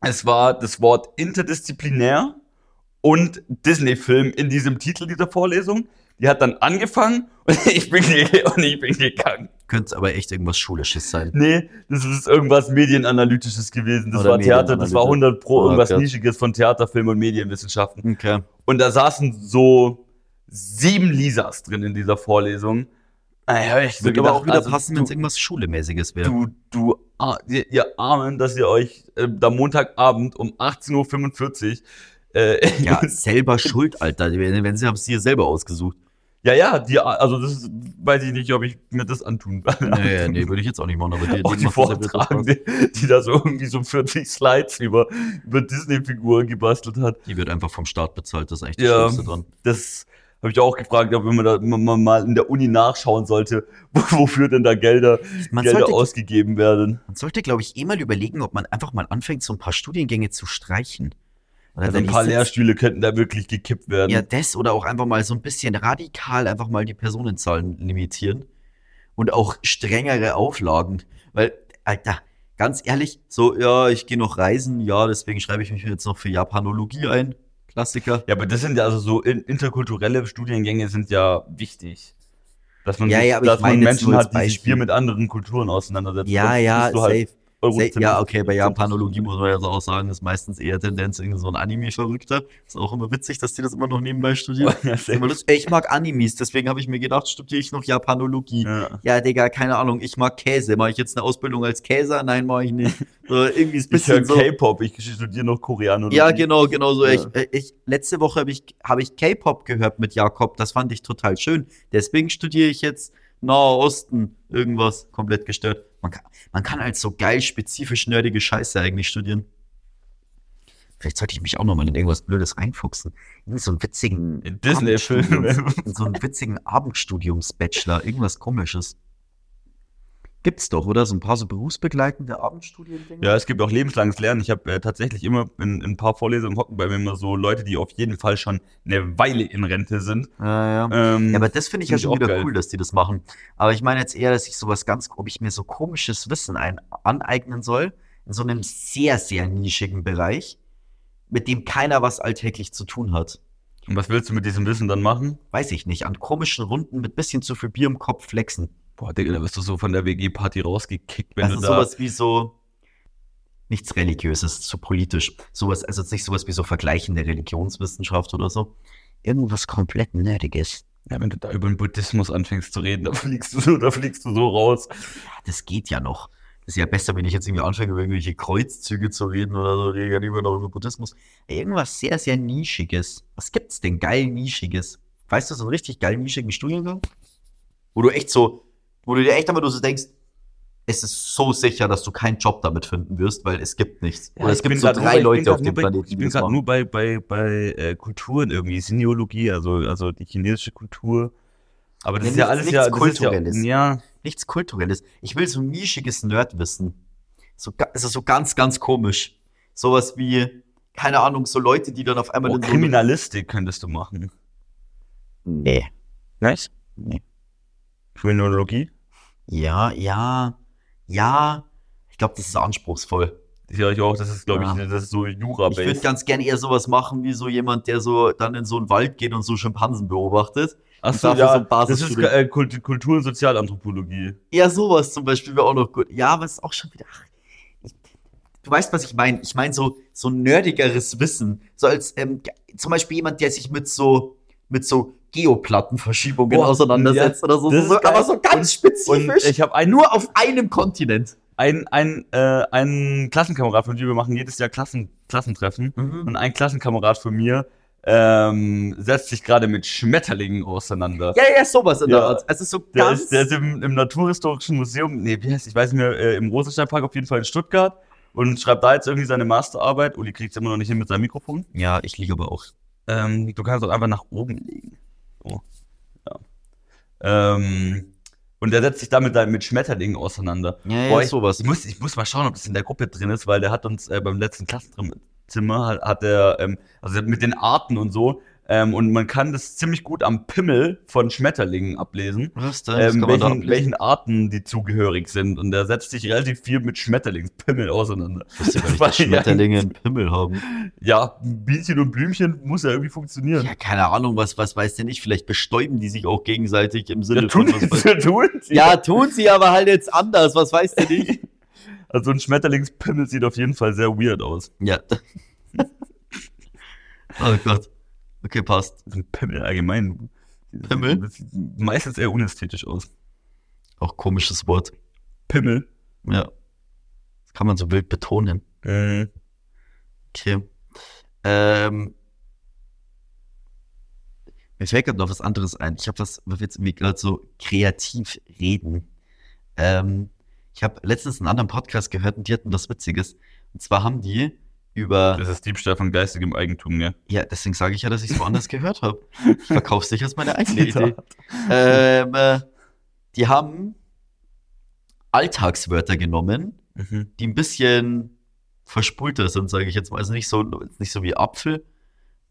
Speaker 1: es war das Wort interdisziplinär und Disney-Film in diesem Titel dieser Vorlesung. Die hat dann angefangen und ich bin, ge- und ich bin gegangen.
Speaker 2: Könnte aber echt irgendwas Schulisches sein.
Speaker 1: Nee, das ist irgendwas Medienanalytisches gewesen. Das
Speaker 2: Oder
Speaker 1: war Theater, das war 100 Pro
Speaker 2: Ah,
Speaker 1: irgendwas
Speaker 2: krass.
Speaker 1: Nischiges von Theater, Film und Medienwissenschaften.
Speaker 2: Okay.
Speaker 1: Und da saßen so sieben Lisas drin in dieser Vorlesung. Da hab ich so
Speaker 2: Würde
Speaker 1: gedacht,
Speaker 2: aber auch wieder
Speaker 1: also
Speaker 2: passen, wenn es
Speaker 1: du,
Speaker 2: irgendwas Schulemäßiges wäre.
Speaker 1: du, du, Ar- ihr, ihr Armen, dass ihr euch äh, da Montagabend um 18.45 Uhr äh,
Speaker 2: Ja, selber schuld, Alter. Wenn, wenn sie haben es dir selber ausgesucht.
Speaker 1: ja, ja, die, Ar- also das ist, weiß ich nicht, ob ich mir das antun
Speaker 2: Nee, nee, würde ich jetzt auch nicht machen, aber dir
Speaker 1: Auch die Vortragende, die da so irgendwie so 40 Slides über, über Disney-Figuren gebastelt hat.
Speaker 2: Die wird einfach vom Staat bezahlt, das ist eigentlich das
Speaker 1: Ja.
Speaker 2: Schlimmste dran.
Speaker 1: Das habe ich auch gefragt, ob man, da, man, man mal in der Uni nachschauen sollte, wo- wofür denn da Gelder,
Speaker 2: Man
Speaker 1: Gelder
Speaker 2: sollte,
Speaker 1: ausgegeben werden.
Speaker 2: man sollte glaube ich, eh mal überlegen, ob man einfach mal anfängt, so ein paar Studiengänge zu streichen. Weil
Speaker 1: Also
Speaker 2: dann
Speaker 1: ein paar
Speaker 2: ist jetzt-
Speaker 1: Lehrstühle könnten da wirklich gekippt werden.
Speaker 2: Ja, das oder auch einfach mal so ein bisschen radikal einfach mal die Personenzahlen limitieren und auch strengere Auflagen. Weil, Alter, ganz ehrlich, so, ja, ich gehe noch reisen, ja, deswegen schreibe ich mich jetzt noch für Japanologie ein. Klassiker.
Speaker 1: Ja, aber das sind ja also so in, interkulturelle Studiengänge sind ja wichtig. Dass man,
Speaker 2: Ja,
Speaker 1: sich-
Speaker 2: ja, aber ich
Speaker 1: dass man
Speaker 2: meine jetzt
Speaker 1: Menschen
Speaker 2: nur als
Speaker 1: hat, die sich
Speaker 2: Beispiel.
Speaker 1: viel mit anderen Kulturen auseinandersetzen.
Speaker 2: Ja,
Speaker 1: Sonst
Speaker 2: ja,
Speaker 1: bist du halt
Speaker 2: safe. safe.
Speaker 1: Eurozentrismus.
Speaker 2: Ja, okay, bei Japanologie muss man ja so auch sagen, ist meistens eher Tendenz irgendwie so ein Anime-Verrückter. Ist auch immer witzig, dass die das immer noch nebenbei studieren.
Speaker 1: Ja,
Speaker 2: Ist immer
Speaker 1: safe.
Speaker 2: lustig. Ey, Ich mag Animes, deswegen habe ich mir gedacht, studiere ich noch Japanologie.
Speaker 1: Ja.
Speaker 2: Ja, Digga, keine Ahnung, ich mag Käse. Mache ich jetzt eine Ausbildung als Käser? Nein, mache ich nicht. So, irgendwie ist ein
Speaker 1: Ich höre
Speaker 2: bisschen so.
Speaker 1: K-Pop, ich studiere noch Koreanologie.
Speaker 2: Ja, genau, genau so.
Speaker 1: Ja.
Speaker 2: Ich, äh, ich, letzte Woche habe ich, hab ich K-Pop gehört mit Jakob. Das fand ich total schön. Deswegen studiere ich jetzt Nahe Osten. Irgendwas komplett gestört. Man kann, man kann halt so geil spezifisch nerdige Scheiße eigentlich studieren. Vielleicht sollte ich mich auch nochmal in irgendwas Blödes reinfuchsen. In so einen witzigen
Speaker 1: In Disney-Filme.
Speaker 2: Abendstudiums- In so einen witzigen Abendstudiums-Bachelor. Irgendwas komisches. Gibt's doch, oder? So ein paar so berufsbegleitende Abendstudien-Dinge.
Speaker 1: Ja, es gibt auch lebenslanges Lernen. Ich habe äh, tatsächlich immer in, in ein paar Vorlesungen hocken bei mir immer so Leute, die auf jeden Fall schon eine Weile in Rente sind.
Speaker 2: Ja, ja.
Speaker 1: Ähm,
Speaker 2: Ja, aber das finde ich
Speaker 1: Finde
Speaker 2: ja
Speaker 1: ich
Speaker 2: schon
Speaker 1: auch
Speaker 2: wieder
Speaker 1: geil.
Speaker 2: cool, dass die das machen. Aber ich meine jetzt eher, dass ich sowas ganz, ob ich mir so komisches Wissen ein, aneignen soll, in so einem sehr, sehr nischigen Bereich, mit dem keiner was alltäglich zu tun hat.
Speaker 1: und was willst du mit diesem Wissen dann machen?
Speaker 2: Weiß ich nicht, an komischen Runden mit bisschen zu viel Bier im Kopf flexen.
Speaker 1: Boah, Digga, da wirst du so von der WG-Party rausgekickt, wenn
Speaker 2: also
Speaker 1: du da.
Speaker 2: sowas wie so nichts Religiöses, zu politisch. Sowas, also jetzt nicht sowas wie so vergleichende Religionswissenschaft oder so. Irgendwas komplett Nerdiges.
Speaker 1: ja, wenn du da über den Buddhismus anfängst zu reden, da fliegst du so, da fliegst du so raus.
Speaker 2: das geht ja noch. Das ist ja besser, wenn ich jetzt irgendwie anfange, über irgendwelche Kreuzzüge zu reden oder so, rede ich ja lieber noch über Buddhismus. Irgendwas sehr, sehr Nischiges. Was gibt's denn geil Nischiges? Weißt du, so einen richtig geil nischigen Studiengang? Wo du echt so, wo du dir echt einfach nur so denkst, es ist so sicher, dass du keinen Job damit finden wirst, weil es gibt nichts.
Speaker 1: Ja,
Speaker 2: oder es
Speaker 1: ich
Speaker 2: gibt
Speaker 1: bin
Speaker 2: so
Speaker 1: grad nur bei-
Speaker 2: drei
Speaker 1: ich bin
Speaker 2: Leute
Speaker 1: grad
Speaker 2: auf
Speaker 1: nur
Speaker 2: dem
Speaker 1: bei-
Speaker 2: Planeten,
Speaker 1: Ich
Speaker 2: die
Speaker 1: bin
Speaker 2: das
Speaker 1: gerade
Speaker 2: machen.
Speaker 1: nur bei, bei, bei äh, Kulturen irgendwie, Sinologie, also, also die chinesische Kultur. Aber das
Speaker 2: Ja,
Speaker 1: ist ja
Speaker 2: nichts-
Speaker 1: alles
Speaker 2: nichts
Speaker 1: ja, das ist ja,
Speaker 2: Kulturelles.
Speaker 1: ja,
Speaker 2: Nichts Kulturelles. Ich will so nischiges Nerdwissen. So, ga- also so ganz, ganz komisch. Sowas wie, keine Ahnung, so Leute, die dann auf einmal
Speaker 1: oh,
Speaker 2: in so eine-
Speaker 1: Kriminalistik könntest du machen.
Speaker 2: Nee.
Speaker 1: Nice.
Speaker 2: Nee.
Speaker 1: Kriminologie?
Speaker 2: Ja, ja, ja. Ich glaube, das ist anspruchsvoll.
Speaker 1: Das höre ich auch, das ist, glaube ich, ne,
Speaker 2: Ja.
Speaker 1: das ist so
Speaker 2: Ah. Ich würde
Speaker 1: Jura-based.
Speaker 2: ganz gern eher sowas machen, wie so jemand, der so dann in so einen Wald geht und so Schimpansen beobachtet.
Speaker 1: Ach so,
Speaker 2: dafür so
Speaker 1: ja,
Speaker 2: ein Basis-
Speaker 1: das ist äh, Kult- Kultur- und Sozialanthropologie.
Speaker 2: Ja, sowas zum Beispiel wäre auch noch gut. Ja, aber es ist auch schon wieder. Ach, ich, du weißt, was ich meine. Ich meine so, so nerdigeres Wissen. So als ähm, ge- zum Beispiel jemand, der sich mit so, mit so Geoplattenverschiebungen
Speaker 1: Boah,
Speaker 2: auseinandersetzt oder so.
Speaker 1: das
Speaker 2: so
Speaker 1: ist geil.
Speaker 2: aber so ganz
Speaker 1: Und
Speaker 2: spezifisch.
Speaker 1: ich habe einen,
Speaker 2: nur auf einem Kontinent.
Speaker 1: einen, einen, äh, Mhm. einen Klassenkamerad von dir, wir machen jedes Jahr Klassen, Klassentreffen. Und ein Klassenkamerad von mir, äh, ähm, setzt sich gerade mit Schmetterlingen auseinander.
Speaker 2: Ja, ja, sowas in
Speaker 1: Ja.
Speaker 2: der Art. Es ist so
Speaker 1: Der
Speaker 2: ganz.
Speaker 1: ist, der ist im, im Naturhistorischen Museum, nee, wie heißt, ich weiß nicht mehr, äh, im Rosensteinpark auf jeden Fall in Stuttgart und schreibt da jetzt irgendwie seine Masterarbeit. Uli kriegt es immer noch nicht hin mit seinem Mikrofon.
Speaker 2: ja, ich liege aber auch.
Speaker 1: Ähm, du kannst auch einfach nach oben legen. So. Ja. Ähm, und der setzt sich damit dann mit Schmetterlingen auseinander.
Speaker 2: Ja, ja,
Speaker 1: Boah, ich,
Speaker 2: sowas.
Speaker 1: ich, muss, ich muss mal schauen, ob das in der Gruppe drin ist, weil der hat uns äh, beim letzten Klassenzimmer hat, hat er, ähm, also mit den Arten und so, ähm, und man kann das ziemlich gut am Pimmel von Schmetterlingen ablesen
Speaker 2: Was denn? Das
Speaker 1: ähm,
Speaker 2: kann man da
Speaker 1: welchen,
Speaker 2: ablesen.
Speaker 1: welchen Arten die zugehörig sind. Und der setzt sich relativ viel mit Schmetterlingspimmel auseinander.
Speaker 2: Ich wusste gar nicht,
Speaker 1: Weil
Speaker 2: dass
Speaker 1: die
Speaker 2: Schmetterlinge einen Pimmel haben.
Speaker 1: Ja, Bienchen und Blümchen muss ja irgendwie funktionieren.
Speaker 2: Ja, keine Ahnung, was, was weiß denn ich? Vielleicht bestäuben die sich auch gegenseitig im Sinne
Speaker 1: Ja, tun,
Speaker 2: von. Was weiß,
Speaker 1: tun sie.
Speaker 2: ja, tun sie aber halt jetzt anders. Was weiß denn ich?
Speaker 1: Also ein Schmetterlingspimmel sieht auf jeden Fall sehr weird aus.
Speaker 2: ja. oh Gott. Okay, passt.
Speaker 1: Also ein Pimmel allgemein.
Speaker 2: Pimmel?
Speaker 1: Das sieht meistens eher unästhetisch aus.
Speaker 2: Auch komisches Wort.
Speaker 1: Pimmel.
Speaker 2: Ja. Das kann man so wild betonen.
Speaker 1: Äh,
Speaker 2: Okay. Ähm, mir fällt gerade noch was anderes ein. Ich habe was, was wir jetzt irgendwie gerade so kreativ reden. Ähm, ich habe letztens einen anderen Podcast gehört und die hatten was Witziges. Und zwar haben die über,
Speaker 1: das ist Diebstahl von geistigem Eigentum, ja.
Speaker 2: ja, deswegen sage ich ja, dass ich es woanders gehört habe. Ich verkaufe sicher als meine eigene Idee.
Speaker 1: Zitat.
Speaker 2: Ähm, äh, die haben Alltagswörter genommen
Speaker 1: Mhm.
Speaker 2: die ein bisschen verspulter sind, sage ich jetzt mal. Also nicht so, nicht so wie Apfel.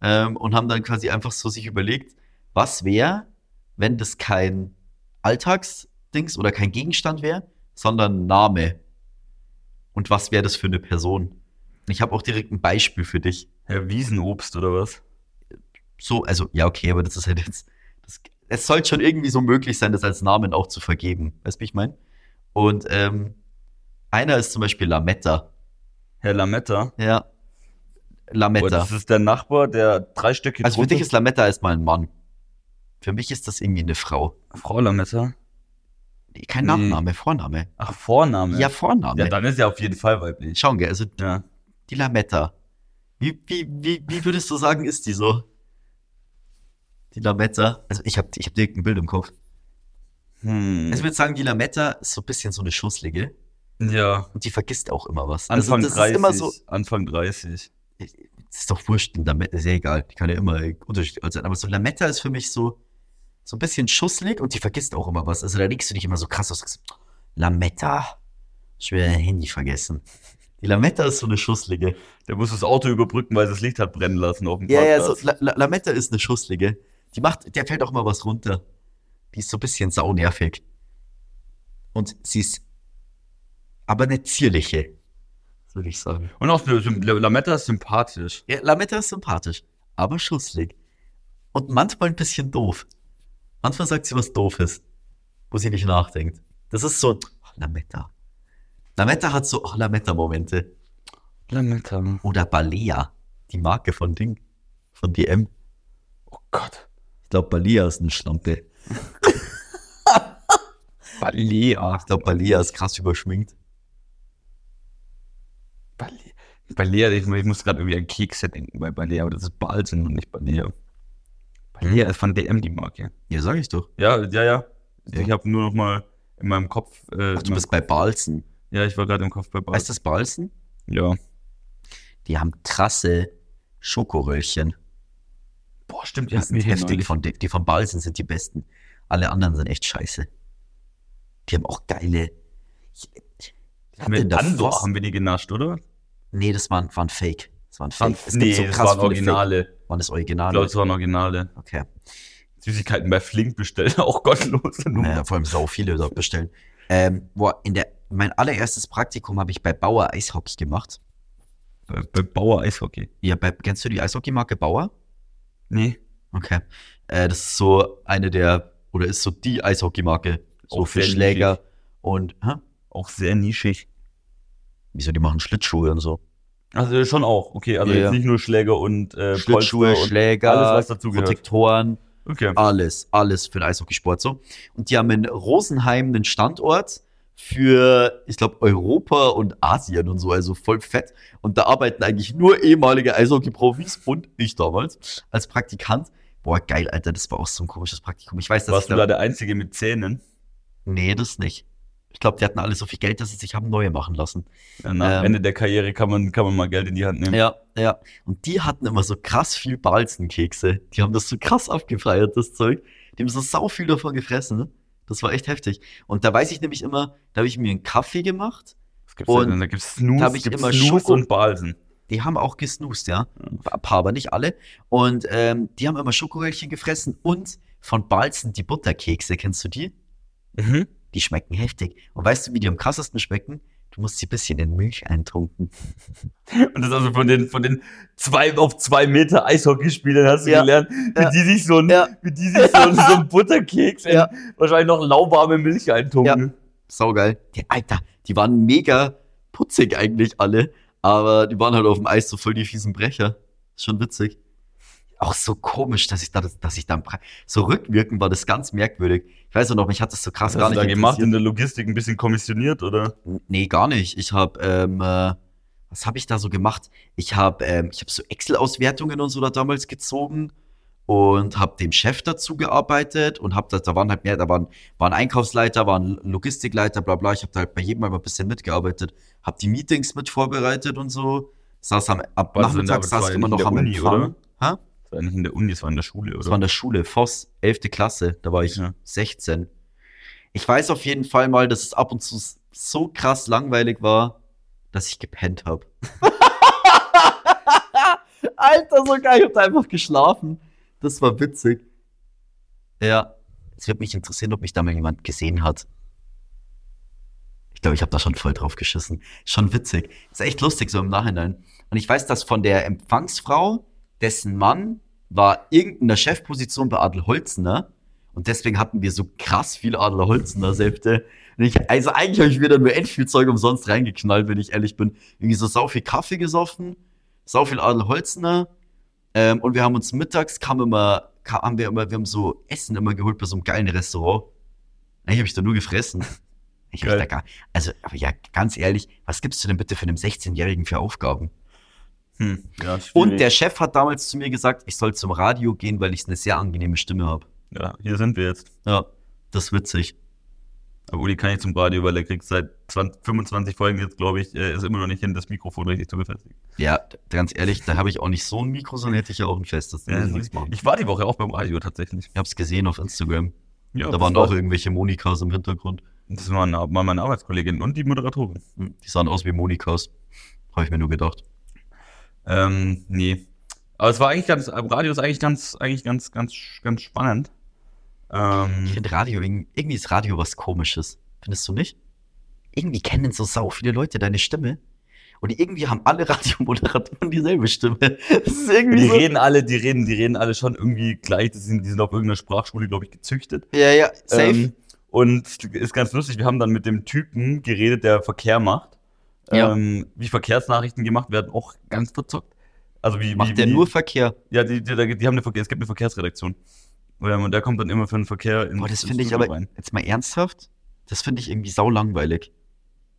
Speaker 2: Ähm, und haben dann quasi einfach so sich überlegt, was wäre, wenn das kein Alltagsdings oder kein Gegenstand wäre, sondern ein Name. Und was wäre das für eine Person? Ich habe auch direkt ein Beispiel für dich.
Speaker 1: Herr Wiesenobst oder was?
Speaker 2: So, also, ja, okay, aber das ist halt jetzt. Das, es sollte schon irgendwie so möglich sein, das als Namen auch zu vergeben. Weißt du, wie ich meine? Und ähm, einer ist zum Beispiel Lametta.
Speaker 1: Herr Lametta.
Speaker 2: Ja.
Speaker 1: Oh,
Speaker 2: Lametta.
Speaker 1: das ist der Nachbar, der drei Stöcke
Speaker 2: Also für
Speaker 1: drunter-
Speaker 2: dich ist Lametta erstmal ein Mann. Für mich ist das irgendwie eine Frau.
Speaker 1: Frau Lametta.
Speaker 2: Nee, Kein
Speaker 1: Nee.
Speaker 2: Nachname, Vorname.
Speaker 1: Ach, Vorname.
Speaker 2: Ja, Vorname.
Speaker 1: Ja, dann ist ja auf jeden Fall weiblich.
Speaker 2: Schauen wir, also
Speaker 1: Ja.
Speaker 2: die Lametta. Wie, wie, wie, wie würdest du sagen, ist die so? Die Lametta. Also ich habe ich hab direkt ein Bild im Kopf.
Speaker 1: Hm.
Speaker 2: Also ich würde sagen, die Lametta ist so ein bisschen so eine Schusslige.
Speaker 1: ja.
Speaker 2: Und die vergisst auch immer was.
Speaker 1: Anfang
Speaker 2: also das
Speaker 1: 30.
Speaker 2: ist immer so,
Speaker 1: Anfang 30.
Speaker 2: Das ist doch wurscht, ein Lametta ist ja egal. Die kann ja immer unterschiedlich sein. Aber so Lametta ist für mich so, so ein bisschen schusselig und die vergisst auch immer was. Also da legst du dich immer so krass aus. sagst, Lametta. Schwer Handy vergessen. Die Lametta ist so eine schusslige.
Speaker 1: Der muss das Auto überbrücken, weil sie das Licht hat brennen lassen auf dem
Speaker 2: Ja, ja, so,
Speaker 1: Parkplatz.
Speaker 2: La La Lametta ist eine schusslige. Die macht, der fällt auch immer was runter. Die ist so ein bisschen saunervig. Und sie ist aber eine zierliche, würde ich sagen.
Speaker 1: Und auch Sym- Lametta ist sympathisch.
Speaker 2: Ja, Lametta ist sympathisch, aber schusslig. Und manchmal ein bisschen doof. Manchmal sagt sie was Doofes, wo sie nicht nachdenkt. Das ist so, oh, Lametta. Lametta hat so, oh, Lametta-Momente.
Speaker 1: Lametta.
Speaker 2: Oder Balea, die Marke von Ding, von DM.
Speaker 1: Oh Gott.
Speaker 2: Ich glaube, Balea ist ein Schlampe.
Speaker 1: Balea.
Speaker 2: Ich glaube, Balea ist krass überschminkt.
Speaker 1: Balea. Balea, ich, ich muss gerade irgendwie an Kekse denken bei Balea, aber das ist Balsen und nicht Balea. Balea ist von DM die Marke.
Speaker 2: Ja, sag ich doch.
Speaker 1: Ja, ja, ja.
Speaker 2: Ja.
Speaker 1: Ich habe nur noch mal in meinem Kopf. Äh,
Speaker 2: Ach,
Speaker 1: in
Speaker 2: du bist bei Balzen.
Speaker 1: meinem- ja, ich war gerade im Kopf bei
Speaker 2: Weißt
Speaker 1: Balsen.
Speaker 2: du das Balzen?
Speaker 1: Ja.
Speaker 2: Die haben krasse Schokoröllchen.
Speaker 1: Boah, stimmt,
Speaker 2: Die sind heftig.
Speaker 1: heftig.
Speaker 2: Von, die die von Balsen sind die besten. Alle anderen sind echt scheiße. Die haben auch geile. Ich, ich hatte in
Speaker 1: Mit
Speaker 2: der
Speaker 1: Andor
Speaker 2: Voss-
Speaker 1: haben wir die genascht, oder?
Speaker 2: Nee, das waren, waren Fake. Das waren Fake.
Speaker 1: Fand, nee, es waren
Speaker 2: viele
Speaker 1: Originale.
Speaker 2: Fake. Waren das
Speaker 1: Ich glaube,
Speaker 2: Originale?
Speaker 1: es waren Originale.
Speaker 2: Okay.
Speaker 1: Süßigkeiten bei Flink bestellt, auch gottlose Nummer.
Speaker 2: Naja, vor allem so viele dort bestellen. Ähm, boah, in der, mein allererstes Praktikum habe ich bei Bauer Eishockey gemacht.
Speaker 1: Bei, bei Bauer Eishockey.
Speaker 2: Ja, bei, kennst du die Eishockeymarke Bauer?
Speaker 1: Nee.
Speaker 2: Okay. Äh, das ist so eine der, oder ist so die Eishockeymarke. So
Speaker 1: Auch
Speaker 2: für
Speaker 1: sehr
Speaker 2: Schläger und, hä?
Speaker 1: Auch sehr nischig.
Speaker 2: Wieso, die machen Schlittschuhe und so.
Speaker 1: Also schon auch, okay. Also
Speaker 2: Ja, ja.
Speaker 1: jetzt nicht nur Schläger und äh,
Speaker 2: Schlittschuhe,
Speaker 1: Polster und
Speaker 2: Schläger,
Speaker 1: alles, was dazugehört.
Speaker 2: Protektoren,
Speaker 1: Okay.
Speaker 2: alles, alles für den Eishockeysport so. Und die haben in Rosenheim einen Standort für, ich glaube, Europa und Asien und so, also voll fett. Und da arbeiten eigentlich nur ehemalige Eishockey-Profis und ich damals als Praktikant. Boah, geil, Alter, das war auch so ein komisches Praktikum. Ich weiß, dass
Speaker 1: Warst
Speaker 2: ich
Speaker 1: du
Speaker 2: glaub-
Speaker 1: da der Einzige mit Zähnen?
Speaker 2: Nee, das nicht. Ich glaube, die hatten alle so viel Geld, dass sie sich haben neue machen lassen.
Speaker 1: Ja, nach
Speaker 2: Ähm.
Speaker 1: Ende der Karriere kann man, kann man mal Geld in die Hand nehmen.
Speaker 2: Ja, ja. Und die hatten immer so krass viel Balzenkekse. Die haben das so krass abgefeiert, das Zeug. Die haben so sau viel davon gefressen. Das war echt heftig. Und da weiß ich nämlich immer, da habe ich mir einen Kaffee gemacht.
Speaker 1: Was gibt's
Speaker 2: Und
Speaker 1: denn? Da gibt's
Speaker 2: da
Speaker 1: Snooze,
Speaker 2: hab ich
Speaker 1: gibt's
Speaker 2: immer
Speaker 1: Snooze
Speaker 2: Schoko-
Speaker 1: und Balsen.
Speaker 2: Die haben auch gesnoost, ja.
Speaker 1: Ja.
Speaker 2: Ein paar, aber nicht alle. Und ähm, die haben immer Schokoröllchen gefressen und von Balzen die Butterkekse. Kennst du die?
Speaker 1: Mhm.
Speaker 2: Die schmecken heftig. Und weißt du, wie die am krassesten schmecken? Du musst sie ein bisschen in Milch eintunken.
Speaker 1: Und das also von den, von den zwei auf zwei Meter Eishockeyspielern hast du
Speaker 2: Ja.
Speaker 1: gelernt, wie
Speaker 2: Ja.
Speaker 1: die sich so ein,
Speaker 2: Ja.
Speaker 1: wie die sich so ein, so ein Butterkeks in
Speaker 2: Ja.
Speaker 1: wahrscheinlich noch lauwarme Milch eintunken.
Speaker 2: Saugeil. Die, Alter, die waren mega putzig eigentlich alle, aber die waren halt auf dem Eis so voll die fiesen Brecher. Ist schon witzig. Auch so komisch, dass ich da, dass ich da im Pre so rückwirkend war das ganz merkwürdig. Ich weiß auch noch, mich hat das so krass
Speaker 1: Was
Speaker 2: gar
Speaker 1: hast du
Speaker 2: nicht
Speaker 1: da gemacht? In
Speaker 2: interessiert.
Speaker 1: der Logistik ein bisschen kommissioniert, oder?
Speaker 2: Nee, gar nicht. Ich habe, ähm, äh, was habe ich da so gemacht? Ich habe, ähm, ich habe so Excel-Auswertungen und so da damals gezogen und habe dem Chef dazu gearbeitet und habe da, da waren halt mehr, da waren, waren Einkaufsleiter, waren Logistikleiter, bla bla. Ich habe da halt bei jedem mal ein bisschen mitgearbeitet, habe die Meetings mit vorbereitet und so. Saß am ab
Speaker 1: War das in der-
Speaker 2: Nachmittag
Speaker 1: das
Speaker 2: saß
Speaker 1: war
Speaker 2: ich
Speaker 1: ja
Speaker 2: immer
Speaker 1: nicht in
Speaker 2: noch
Speaker 1: der
Speaker 2: am
Speaker 1: Uni,
Speaker 2: Empfang.
Speaker 1: oder?
Speaker 2: Hä?
Speaker 1: Das war nicht in der Uni, das war in der Schule, oder?
Speaker 2: Das war in der Schule, Voss, 11. Klasse, da war ich
Speaker 1: Ja.
Speaker 2: 16. Ich weiß auf jeden Fall mal, dass es ab und zu so krass langweilig war, dass ich gepennt habe. Alter, so geil, ich hab da einfach geschlafen. Das war witzig. Ja, es wird mich interessieren, ob mich da mal jemand gesehen hat. Ich glaube, ich habe da schon voll drauf geschissen. Schon witzig. Ist echt lustig so im Nachhinein. Und ich weiß, dass von der Empfangsfrau, dessen Mann war irgendeiner Chefposition bei Adel Holzner. Und deswegen hatten wir so krass viele Adel Holzner Säfte. Und ich, also eigentlich habe ich mir dann nur endviel Zeug umsonst reingeknallt, wenn ich ehrlich bin. Irgendwie so sau viel Kaffee gesoffen, sau viel Adel Holzner. Ähm, und wir haben uns mittags kam immer, kam, haben wir immer, wir haben so Essen immer geholt bei so einem geilen Restaurant. Eigentlich habe ich da nur gefressen. Ich hab
Speaker 1: Geil.
Speaker 2: da gar, also, aber ja, ganz ehrlich, was gibst du denn bitte für einen 16-Jährigen für Aufgaben?
Speaker 1: Hm. Ja, schwierig.
Speaker 2: Und der Chef hat damals zu mir gesagt, ich soll zum Radio gehen, weil ich eine sehr angenehme Stimme habe.
Speaker 1: ja, hier sind wir jetzt.
Speaker 2: Ja, das ist witzig.
Speaker 1: Aber Uli kann ich zum Radio, weil er kriegt seit 20, 25 Folgen jetzt, glaube ich, äh, ist immer noch nicht hin, das Mikrofon richtig zu befestigen.
Speaker 2: Ja, d- ganz ehrlich, da habe ich auch nicht so ein Mikro, sondern hätte ich ja auch ein festes. Da
Speaker 1: Ja,
Speaker 2: muss ich
Speaker 1: das
Speaker 2: nichts
Speaker 1: ist-
Speaker 2: machen.
Speaker 1: ich war die Woche auch beim Radio tatsächlich.
Speaker 2: Ich habe es gesehen auf Instagram.
Speaker 1: Ja,
Speaker 2: da
Speaker 1: das
Speaker 2: waren
Speaker 1: war-
Speaker 2: auch irgendwelche Monikas im Hintergrund.
Speaker 1: Das waren war meine Arbeitskollegin und die Moderatorin.
Speaker 2: Hm, Die sahen aus wie Monikas. Habe ich mir nur gedacht.
Speaker 1: Ähm, nee. Aber es war eigentlich ganz, am Radio ist eigentlich ganz, eigentlich ganz, ganz, ganz spannend.
Speaker 2: Ich
Speaker 1: Ähm,
Speaker 2: finde Radio, irgendwie irgendwie ist Radio was Komisches. Findest du nicht? Irgendwie kennen so sau viele Leute deine Stimme. Und irgendwie haben alle Radiomoderatoren dieselbe Stimme. Das ist irgendwie
Speaker 1: die
Speaker 2: so.
Speaker 1: reden alle, die reden, die reden alle schon irgendwie gleich. Die sind, die sind auf irgendeiner Sprachschule, glaube ich, gezüchtet.
Speaker 2: Ja, ja, safe.
Speaker 1: Ähm, und ist ganz lustig, wir haben dann mit dem Typen geredet, der Verkehr macht.
Speaker 2: Ja.
Speaker 1: Ähm, wie Verkehrsnachrichten gemacht werden, auch ganz verzockt. Also wie, wie,
Speaker 2: Macht der
Speaker 1: wie,
Speaker 2: nur Verkehr?
Speaker 1: Ja, die, die, die, haben eine Verkehr, es gibt eine Verkehrsredaktion. Ähm, Und der kommt dann immer für den Verkehr in
Speaker 2: Boah, das finde ich aber
Speaker 1: Rein.
Speaker 2: jetzt mal ernsthaft, das finde ich irgendwie saulangweilig.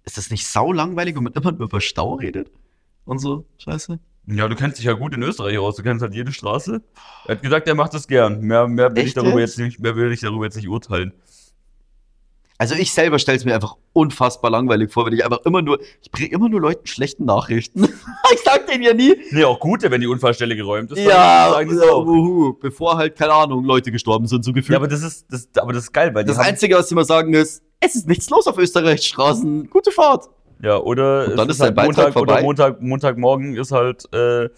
Speaker 2: Ist das nicht saulangweilig, wenn man immer nur über Stau redet? Und so, scheiße.
Speaker 1: Ja, du kennst dich ja gut in Österreich aus, du kennst halt jede Straße. Er hat gesagt, er macht das gern. Mehr, mehr, will, ich
Speaker 2: Echt
Speaker 1: darüber
Speaker 2: jetzt?
Speaker 1: jetzt nicht, mehr will ich darüber jetzt nicht urteilen.
Speaker 2: Also ich selber stelle es mir einfach unfassbar langweilig vor, wenn ich einfach immer nur, ich bringe immer nur Leuten schlechten Nachrichten. ich sag denen ja nie.
Speaker 1: Nee, auch gute, wenn die Unfallstelle geräumt ist.
Speaker 2: ja,
Speaker 1: sagen die es
Speaker 2: ja,
Speaker 1: auch.
Speaker 2: wuhu, bevor halt, keine Ahnung, Leute gestorben sind, so gefühlt.
Speaker 1: ja, aber das ist, das, aber das ist geil, weil die
Speaker 2: das
Speaker 1: haben-
Speaker 2: Einzige, was sie immer sagen, ist, es ist nichts los auf Österreichs Straßen. Gute Fahrt.
Speaker 1: Ja, oder
Speaker 2: Und dann ist
Speaker 1: halt
Speaker 2: dein Beitrag
Speaker 1: Montag oder
Speaker 2: vorbei.
Speaker 1: Montag, Montagmorgen ist halt äh,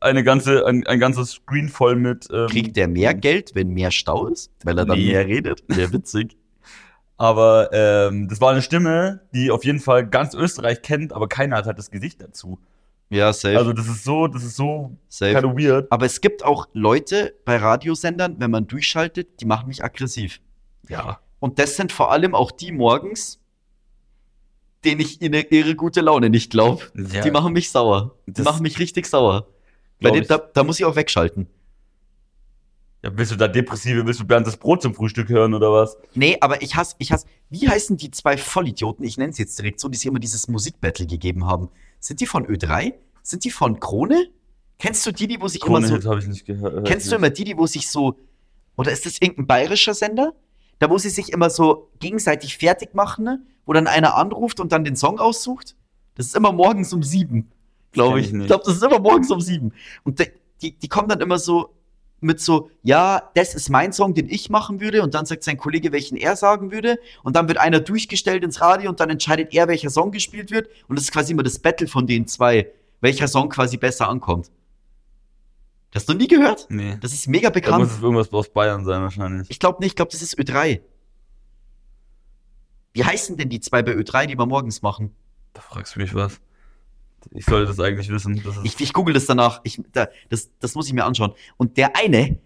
Speaker 1: eine ganze, ein, ein ganzes Screen voll mit. Ähm,
Speaker 2: Kriegt der mehr Geld, wenn mehr Stau ist? Weil er dann
Speaker 1: Nee.
Speaker 2: mehr redet? Sehr witzig.
Speaker 1: Aber ähm, das war eine Stimme, die auf jeden Fall ganz Österreich kennt, aber keiner hat halt das Gesicht dazu.
Speaker 2: Ja, safe.
Speaker 1: Also das ist so, das ist so
Speaker 2: safe.
Speaker 1: kind of weird.
Speaker 2: Aber es gibt auch Leute bei Radiosendern, wenn man durchschaltet, die machen mich aggressiv.
Speaker 1: Ja.
Speaker 2: Und das sind vor allem auch die morgens, denen ich ihre, ihre gute Laune nicht glaube.
Speaker 1: ja.
Speaker 2: Die machen mich sauer. Die
Speaker 1: Das-
Speaker 2: machen mich richtig sauer. Bei
Speaker 1: Glaub
Speaker 2: denen,
Speaker 1: ich.
Speaker 2: da, da muss ich auch wegschalten.
Speaker 1: Ja, willst du da depressive, willst du Bernd das Brot zum Frühstück hören oder was?
Speaker 2: Nee, aber ich hasse, ich hasse. Wie heißen die zwei Vollidioten, ich nenne es jetzt direkt so, die sich immer dieses Musikbattle gegeben haben? Sind die von Ö3? Sind die von Krone? Kennst du die, die wo sich immer so.
Speaker 1: Kronehit habe ich nicht gehört.
Speaker 2: Kennst du immer die, die wo sich so. Oder ist das irgendein bayerischer Sender? Da wo sie sich immer so gegenseitig fertig machen, ne? wo dann einer anruft und dann den Song aussucht? Das ist immer morgens um sieben, glaube
Speaker 1: Kenn
Speaker 2: ich.
Speaker 1: ich
Speaker 2: Ich,
Speaker 1: nicht.
Speaker 2: glaube, das ist immer morgens um sieben. Und die, die, die kommen dann immer so mit so, ja, das ist mein Song, den ich machen würde. Und dann sagt sein Kollege, welchen er sagen würde. Und dann wird einer durchgestellt ins Radio und dann entscheidet er, welcher Song gespielt wird. Und das ist quasi immer das Battle von den zwei, welcher Song quasi besser ankommt. Das hast du nie gehört?
Speaker 1: Nee.
Speaker 2: Das ist mega
Speaker 1: Da
Speaker 2: bekannt.
Speaker 1: muss es irgendwas aus Bayern sein wahrscheinlich.
Speaker 2: Ich glaube nicht, ich glaube, das ist Ö3. Wie heißen denn die zwei bei Ö3, die wir morgens machen?
Speaker 1: Da fragst du mich was. Ich sollte das eigentlich wissen. Das ist
Speaker 2: Ich, ich google das danach. Ich, da, das, das muss ich mir anschauen. Und der eine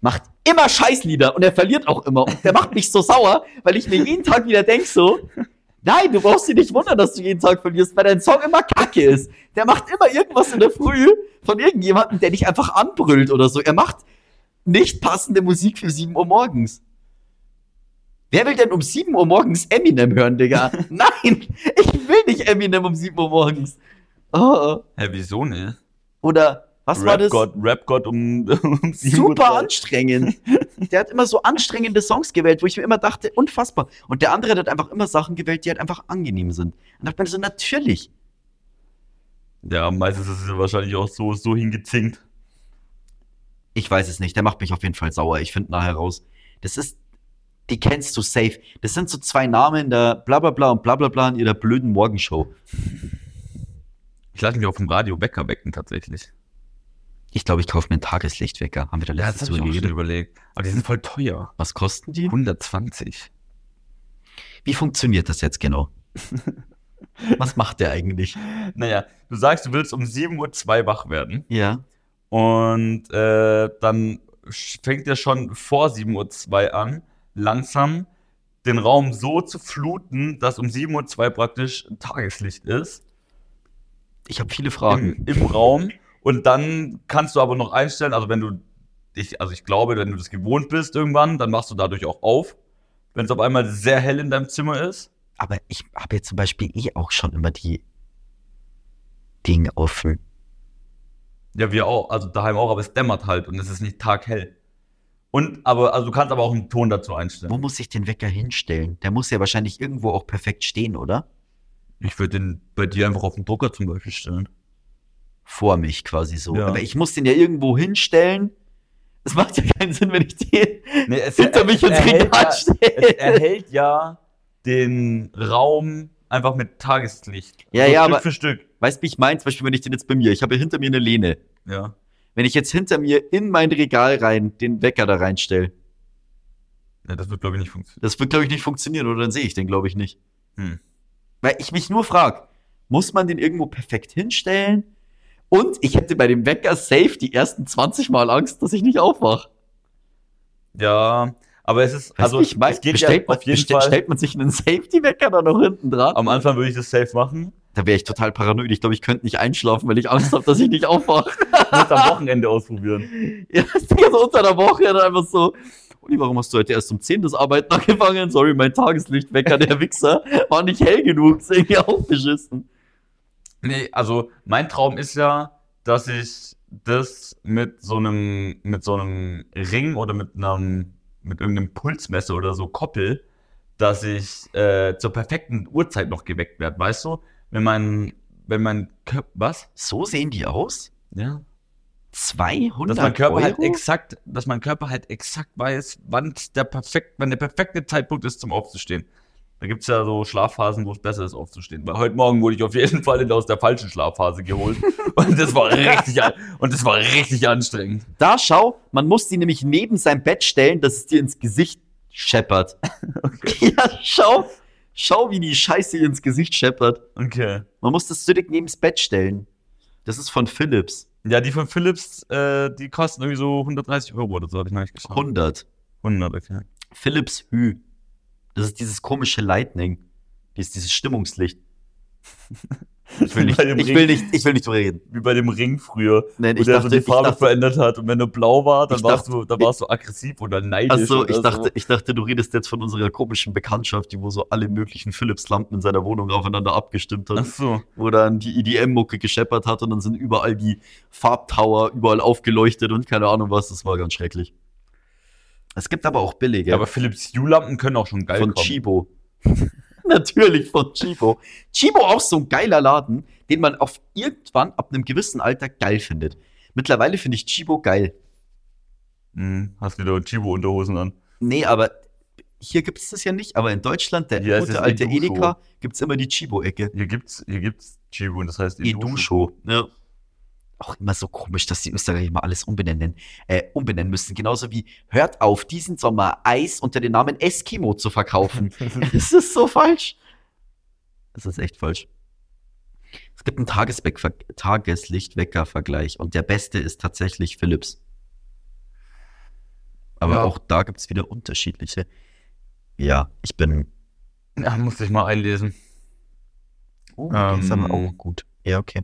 Speaker 2: macht immer Scheißlieder und er verliert auch immer. Und der macht mich so sauer, weil ich mir jeden Tag wieder denk so, nein, du brauchst dich nicht wundern, dass du jeden Tag verlierst, weil dein Song immer kacke ist. Der macht immer irgendwas in der Früh von irgendjemandem, der dich einfach anbrüllt oder so. Er macht nicht passende Musik für 7 Uhr morgens. Wer will denn um 7 Uhr morgens Eminem hören, Digga? Nein, ich will nicht Eminem um 7 Uhr morgens. Oh.
Speaker 1: Hä, wieso ne?
Speaker 2: Oder was war das?
Speaker 1: Rap-Gott, Rap-Gott um, um sieben Uhr
Speaker 2: Super
Speaker 1: drei.
Speaker 2: anstrengend. der hat immer so anstrengende Songs gewählt, wo ich mir immer dachte, unfassbar. Und der andere hat einfach immer Sachen gewählt, die halt einfach angenehm sind. Und dachte mir so, natürlich.
Speaker 1: Ja, meistens ist es ja wahrscheinlich auch so, so hingezinkt.
Speaker 2: Ich weiß es nicht, der macht mich auf jeden Fall sauer. Ich finde nachher raus. Das ist, die kennst du safe. Das sind so zwei Namen in der Blablabla und Blablabla in ihrer blöden Morgenshow.
Speaker 1: Ich lasse mich auch vom Radio Wecker wecken tatsächlich.
Speaker 2: Ich glaube, ich kaufe mir einen Tageslichtwecker. Haben wir da letztens drüber geredet?
Speaker 1: überlegt. Aber die sind voll teuer.
Speaker 2: Was kosten die?
Speaker 1: 120.
Speaker 2: Wie funktioniert das jetzt genau? was macht der eigentlich?
Speaker 1: Naja, du sagst, du willst um 7 Uhr zwei wach werden.
Speaker 2: Ja.
Speaker 1: Und äh, dann sch- fängt er schon vor 7 Uhr zwei an, langsam den Raum so zu fluten, dass um 7 Uhr zwei praktisch Tageslicht ist.
Speaker 2: Ich habe viele Fragen.
Speaker 1: im, im Raum. Und dann kannst du aber noch einstellen, also wenn du dich, also ich glaube, wenn du das gewohnt bist irgendwann, dann machst du dadurch auch auf. Wenn es auf einmal sehr hell in deinem Zimmer ist.
Speaker 2: Aber ich habe jetzt zum Beispiel eh auch schon immer die Dinge offen.
Speaker 1: Ja, wir auch, also daheim auch, aber es dämmert halt und es ist nicht taghell. Und aber, also du kannst aber auch einen Ton dazu
Speaker 2: Wo
Speaker 1: einstellen.
Speaker 2: muss ich den Wecker hinstellen? Der muss ja wahrscheinlich irgendwo auch perfekt stehen, oder?
Speaker 1: Ich würde den bei dir einfach auf den Drucker zum Beispiel stellen.
Speaker 2: Vor mich quasi so.
Speaker 1: Ja.
Speaker 2: Aber ich muss den ja irgendwo hinstellen. Das macht ja keinen Sinn, wenn ich den
Speaker 1: Nee, es
Speaker 2: hinter mich ins
Speaker 1: erhält
Speaker 2: Regal
Speaker 1: ja- Es
Speaker 2: stelle.
Speaker 1: erhält ja den Raum einfach mit Tageslicht.
Speaker 2: Ja, ja,
Speaker 1: Stück
Speaker 2: aber-
Speaker 1: für Stück.
Speaker 2: Weißt du, wie ich meine? Zum Beispiel, wenn ich den jetzt bei mir, ich habe ja hinter mir eine Lehne.
Speaker 1: Ja.
Speaker 2: Wenn ich jetzt hinter mir in mein Regal rein den Wecker da reinstelle,
Speaker 1: ja das wird, glaube ich, nicht funktionieren.
Speaker 2: das wird, glaube ich, nicht funktionieren, oder dann sehe ich den, glaube ich, nicht.
Speaker 1: Hm.
Speaker 2: Weil ich mich nur frage, muss man den irgendwo perfekt hinstellen? Und ich hätte bei dem Wecker safe die ersten 20 Mal Angst, dass ich nicht aufwache.
Speaker 1: Ja, aber es ist,
Speaker 2: Weißt
Speaker 1: also
Speaker 2: du, ich mein,
Speaker 1: es geht ja
Speaker 2: bestellt, man,
Speaker 1: auf jeden
Speaker 2: bestell-
Speaker 1: Fall.
Speaker 2: stellt man sich einen Safety-Wecker da noch hinten dran?
Speaker 1: Am Anfang würde ich das safe machen.
Speaker 2: da wäre ich total paranoid. Ich glaube, ich könnte nicht einschlafen, weil ich Angst habe, dass ich nicht aufwache.
Speaker 1: Ich muss am Wochenende ausprobieren.
Speaker 2: ja, das Ding ist unter der Woche dann einfach so. Uli, warum hast du heute erst um 10 das Arbeiten angefangen? Sorry, mein Tageslichtwecker, der Wichser, war nicht hell genug, ist irgendwie aufgeschissen.
Speaker 1: Nee, also mein Traum ist ja, dass ich das mit so einem, mit so einem Ring oder mit einem, mit irgendeinem Pulsmesser oder so koppel, dass ich äh, zur perfekten Uhrzeit noch geweckt werde, weißt du? Wenn mein, wenn mein Körper, was?
Speaker 2: So sehen die aus?
Speaker 1: Ja.
Speaker 2: 200
Speaker 1: Dass mein Körper halt
Speaker 2: Euro?
Speaker 1: exakt, dass mein Körper halt exakt weiß, wann der perfekt, wann der perfekte Zeitpunkt ist zum Aufzustehen. Da gibt's ja so Schlafphasen, wo es besser ist aufzustehen. Weil heute Morgen wurde ich auf jeden Fall aus der falschen Schlafphase geholt und das war richtig an- und das war richtig anstrengend.
Speaker 2: Da schau, man muss die nämlich neben sein Bett stellen, dass es dir ins Gesicht scheppert. Ja, schau, schau, wie die Scheiße ihr ins Gesicht scheppert.
Speaker 1: Okay.
Speaker 2: Man muss das Südig neben das Bett stellen. Das ist von Philips.
Speaker 1: Ja, die von Philips, äh, die kosten irgendwie so 130 Euro oder so, habe ich noch nicht
Speaker 2: Ah.
Speaker 1: geschaut.
Speaker 2: 100.
Speaker 1: 100, okay.
Speaker 2: Philips Hü. Das ist dieses komische Lightning. Das ist dieses Stimmungslicht. Ich will nicht,
Speaker 1: Bei dem
Speaker 2: ich
Speaker 1: Ring.
Speaker 2: will nicht, ich will nicht drüber reden.
Speaker 1: Wie bei dem Ring früher,
Speaker 2: Nein,
Speaker 1: wo
Speaker 2: ich
Speaker 1: der
Speaker 2: dachte,
Speaker 1: so die
Speaker 2: ich
Speaker 1: Farbe
Speaker 2: dachte,
Speaker 1: verändert hat. Und wenn er blau war, dann
Speaker 2: Ich
Speaker 1: warst,
Speaker 2: dachte-
Speaker 1: du, dann warst du aggressiv oder neidisch.
Speaker 2: ach so,
Speaker 1: oder
Speaker 2: ich dachte, ich dachte, du redest jetzt von unserer komischen Bekanntschaft, die wo so alle möglichen Philips-Lampen in seiner Wohnung aufeinander abgestimmt hat.
Speaker 1: Ach so.
Speaker 2: wo dann die EDM-Mucke gescheppert hat und dann sind überall die Farbtower überall aufgeleuchtet und keine Ahnung was. Das war ganz schrecklich. Es gibt aber auch billige.
Speaker 1: Aber Philips Hue-Lampen können auch schon geil
Speaker 2: von
Speaker 1: kommen.
Speaker 2: Chibo. Natürlich von Chibo. Chibo auch so ein geiler Laden, den man auf irgendwann ab einem gewissen Alter geil findet. Mittlerweile finde ich Chibo geil.
Speaker 1: Mhm. Hast wieder Chibo-Unterhosen an.
Speaker 2: Nee, aber hier gibt es das ja nicht, aber in Deutschland, der
Speaker 1: Hier ist
Speaker 2: gute
Speaker 1: es
Speaker 2: alte
Speaker 1: Educho.
Speaker 2: Edeka, gibt es immer die Chibo-Ecke.
Speaker 1: Hier gibt's, hier gibt's Chibo und das heißt
Speaker 2: Edusho. Ja. Eh, Auch immer so komisch, dass die Österreicher immer alles umbenennen, äh, umbenennen müssen. Genauso wie, hört auf, diesen Sommer Eis unter dem Namen Eskimo zu verkaufen. Es ist so falsch. Es ist echt falsch. Es gibt einen Tagesbeck- Tageslichtwecker-Vergleich und der beste ist tatsächlich Philips. Aber
Speaker 1: Ja.
Speaker 2: auch da gibt es wieder unterschiedliche. Ja, ich bin.
Speaker 1: Ja, muss ich mal einlesen.
Speaker 2: Oh,
Speaker 1: Ähm.
Speaker 2: ist aber auch gut. Ja, okay.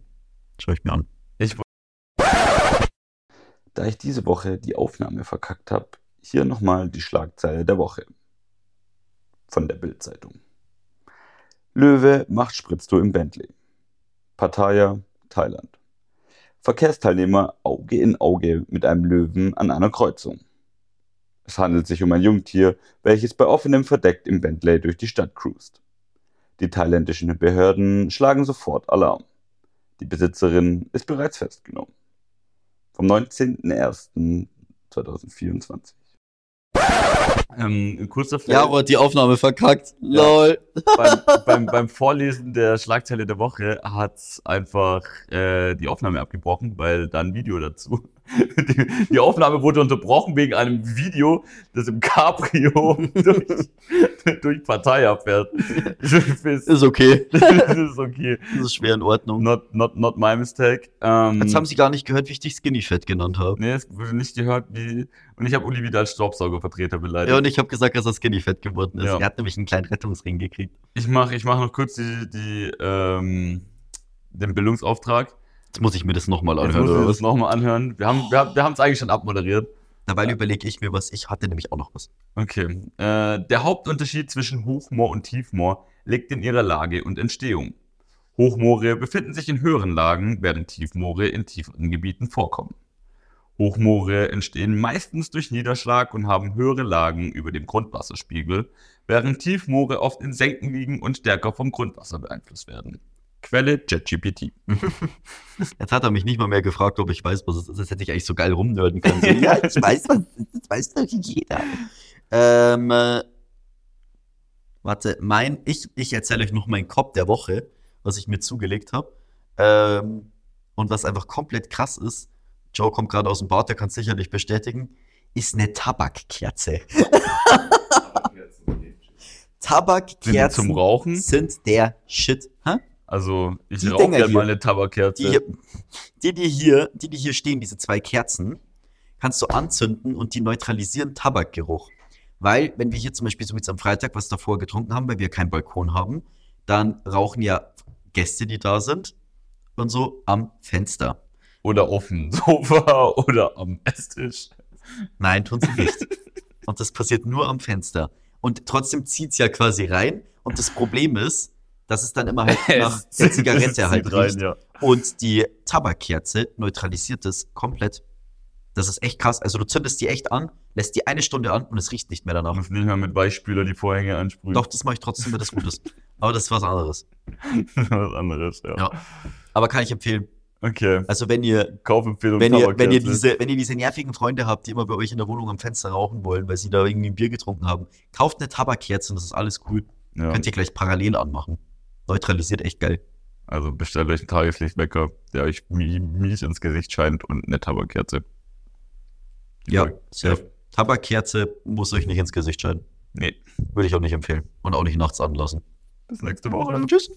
Speaker 2: Schau ich mir an.
Speaker 4: Da ich diese Woche die Aufnahme verkackt habe, hier nochmal die Schlagzeile der Woche von der Bild-Zeitung. Löwe macht Spritztour im Bentley. Pattaya, Thailand. Verkehrsteilnehmer Auge in Auge mit einem Löwen an einer Kreuzung. Es handelt sich um ein Jungtier, welches bei offenem Verdeck im Bentley durch die Stadt cruist. Die thailändischen Behörden schlagen sofort Alarm. Die Besitzerin ist bereits festgenommen vom 19.01.2024.
Speaker 1: Ähm, kurzer Fall.
Speaker 2: Jaro hat die Aufnahme verkackt.
Speaker 1: Ja.
Speaker 2: Lol.
Speaker 1: beim, beim, beim Vorlesen der Schlagzeile der Woche hat einfach äh, die Aufnahme abgebrochen, weil da ein Video dazu. Die, die Aufnahme wurde unterbrochen wegen einem Video, das im Cabrio durch, durch Partei abfährt. Das ist,
Speaker 2: Ist okay.
Speaker 1: das ist okay.
Speaker 2: Das ist schwer in Ordnung.
Speaker 1: Not, not, not my mistake. Ähm,
Speaker 2: Jetzt haben sie gar nicht gehört, wie ich dich Skinny Fat genannt habe.
Speaker 1: Nee, es wurde nicht gehört, wie. Und ich habe Uli wieder als Staubsaugervertreter beleidigt.
Speaker 2: Ja, und ich habe gesagt, dass er Skinny Fat geworden ist.
Speaker 1: Ja.
Speaker 2: Er hat nämlich einen kleinen Rettungsring gekriegt.
Speaker 1: ich mache ich mach noch kurz die, die, ähm, den Bildungsauftrag.
Speaker 2: Jetzt muss ich mir das nochmal
Speaker 1: Jetzt
Speaker 2: anhören,
Speaker 1: muss ich
Speaker 2: oder
Speaker 1: das
Speaker 2: was?
Speaker 1: nochmal anhören. Wir haben wir haben, wir es eigentlich schon abmoderiert.
Speaker 2: Dabei überlege ich mir was. Ich hatte nämlich auch noch was.
Speaker 1: Okay. Äh, der Hauptunterschied zwischen Hochmoor und Tiefmoor liegt in ihrer Lage und Entstehung. Hochmoore befinden sich in höheren Lagen, während Tiefmoore in tieferen Gebieten vorkommen. Hochmoore entstehen meistens durch Niederschlag und haben höhere Lagen über dem Grundwasserspiegel, während Tiefmoore oft in Senken liegen und stärker vom Grundwasser beeinflusst werden. Quelle ChatGPT.
Speaker 2: Jetzt hat er mich nicht mal mehr gefragt, ob ich weiß, was es ist. Jetzt hätte ich eigentlich so geil rumnörden können. So, ja, ich weiß, was es ist. Das weiß doch jeder. Ähm, äh, warte, mein, ich, ich erzähle euch noch meinen Kopf der Woche, was ich mir zugelegt habe. Ähm, und was einfach komplett krass ist, Joe kommt gerade aus dem Bad, der kann es sicherlich bestätigen, ist eine Tabakkerze.
Speaker 1: Sind die zum
Speaker 2: Tabakkerzen
Speaker 1: Rauchen?
Speaker 2: sind der Shit. Hä?
Speaker 1: Also, ich
Speaker 2: Die
Speaker 1: rauche
Speaker 2: Dinger
Speaker 1: gerne mal
Speaker 2: hier.
Speaker 1: eine Tabakkerze.
Speaker 2: die hier, die, die hier, die, die hier stehen, diese zwei Kerzen, kannst du anzünden und die neutralisieren Tabakgeruch. Weil, wenn wir hier zum Beispiel so jetzt am Freitag was davor getrunken haben, weil wir keinen Balkon haben, dann rauchen ja Gäste, die da sind und so am Fenster.
Speaker 1: Oder auf dem Sofa oder am Esstisch.
Speaker 2: Nein, tun sie nicht. und das passiert nur am Fenster. Und trotzdem zieht es ja quasi rein. Und das Problem ist, dass es dann immer halt nach der Zigarette halt riecht.
Speaker 1: ja.
Speaker 2: Und die Tabakkerze neutralisiert das komplett. Das ist echt krass. Also du zündest die echt an, lässt die eine Stunde an und es riecht nicht mehr
Speaker 1: Du
Speaker 2: danach.
Speaker 1: musst nicht mehr mit Weichspüler die Vorhänge ansprühen.
Speaker 2: Doch, das mache ich trotzdem, wenn das gut ist. Aber das ist was anderes.
Speaker 1: Was anderes, ja.
Speaker 2: Ja. Aber kann ich empfehlen.
Speaker 1: Okay.
Speaker 2: Also wenn ihr,
Speaker 1: Kaufempfehlung
Speaker 2: wenn ihr, wenn ihr
Speaker 1: Tabakkerze.
Speaker 2: diese, wenn ihr diese nervigen Freunde habt, die immer bei euch in der Wohnung am Fenster rauchen wollen, weil sie da irgendwie ein Bier getrunken haben, kauft eine Tabakkerze und das ist alles cool.
Speaker 1: Ja.
Speaker 2: Könnt ihr gleich parallel anmachen. Neutralisiert echt geil.
Speaker 1: Also bestellt euch einen Tageslichtwecker, der euch mi- mies ins Gesicht scheint und eine Tabakkerze.
Speaker 2: Ja,
Speaker 1: Voll.
Speaker 2: safe. Tabakkerze muss euch nicht ins Gesicht scheiden.
Speaker 1: Nee.
Speaker 2: Würde ich auch nicht empfehlen. Und auch nicht nachts anlassen.
Speaker 1: Bis nächste Woche.
Speaker 2: Tschüss.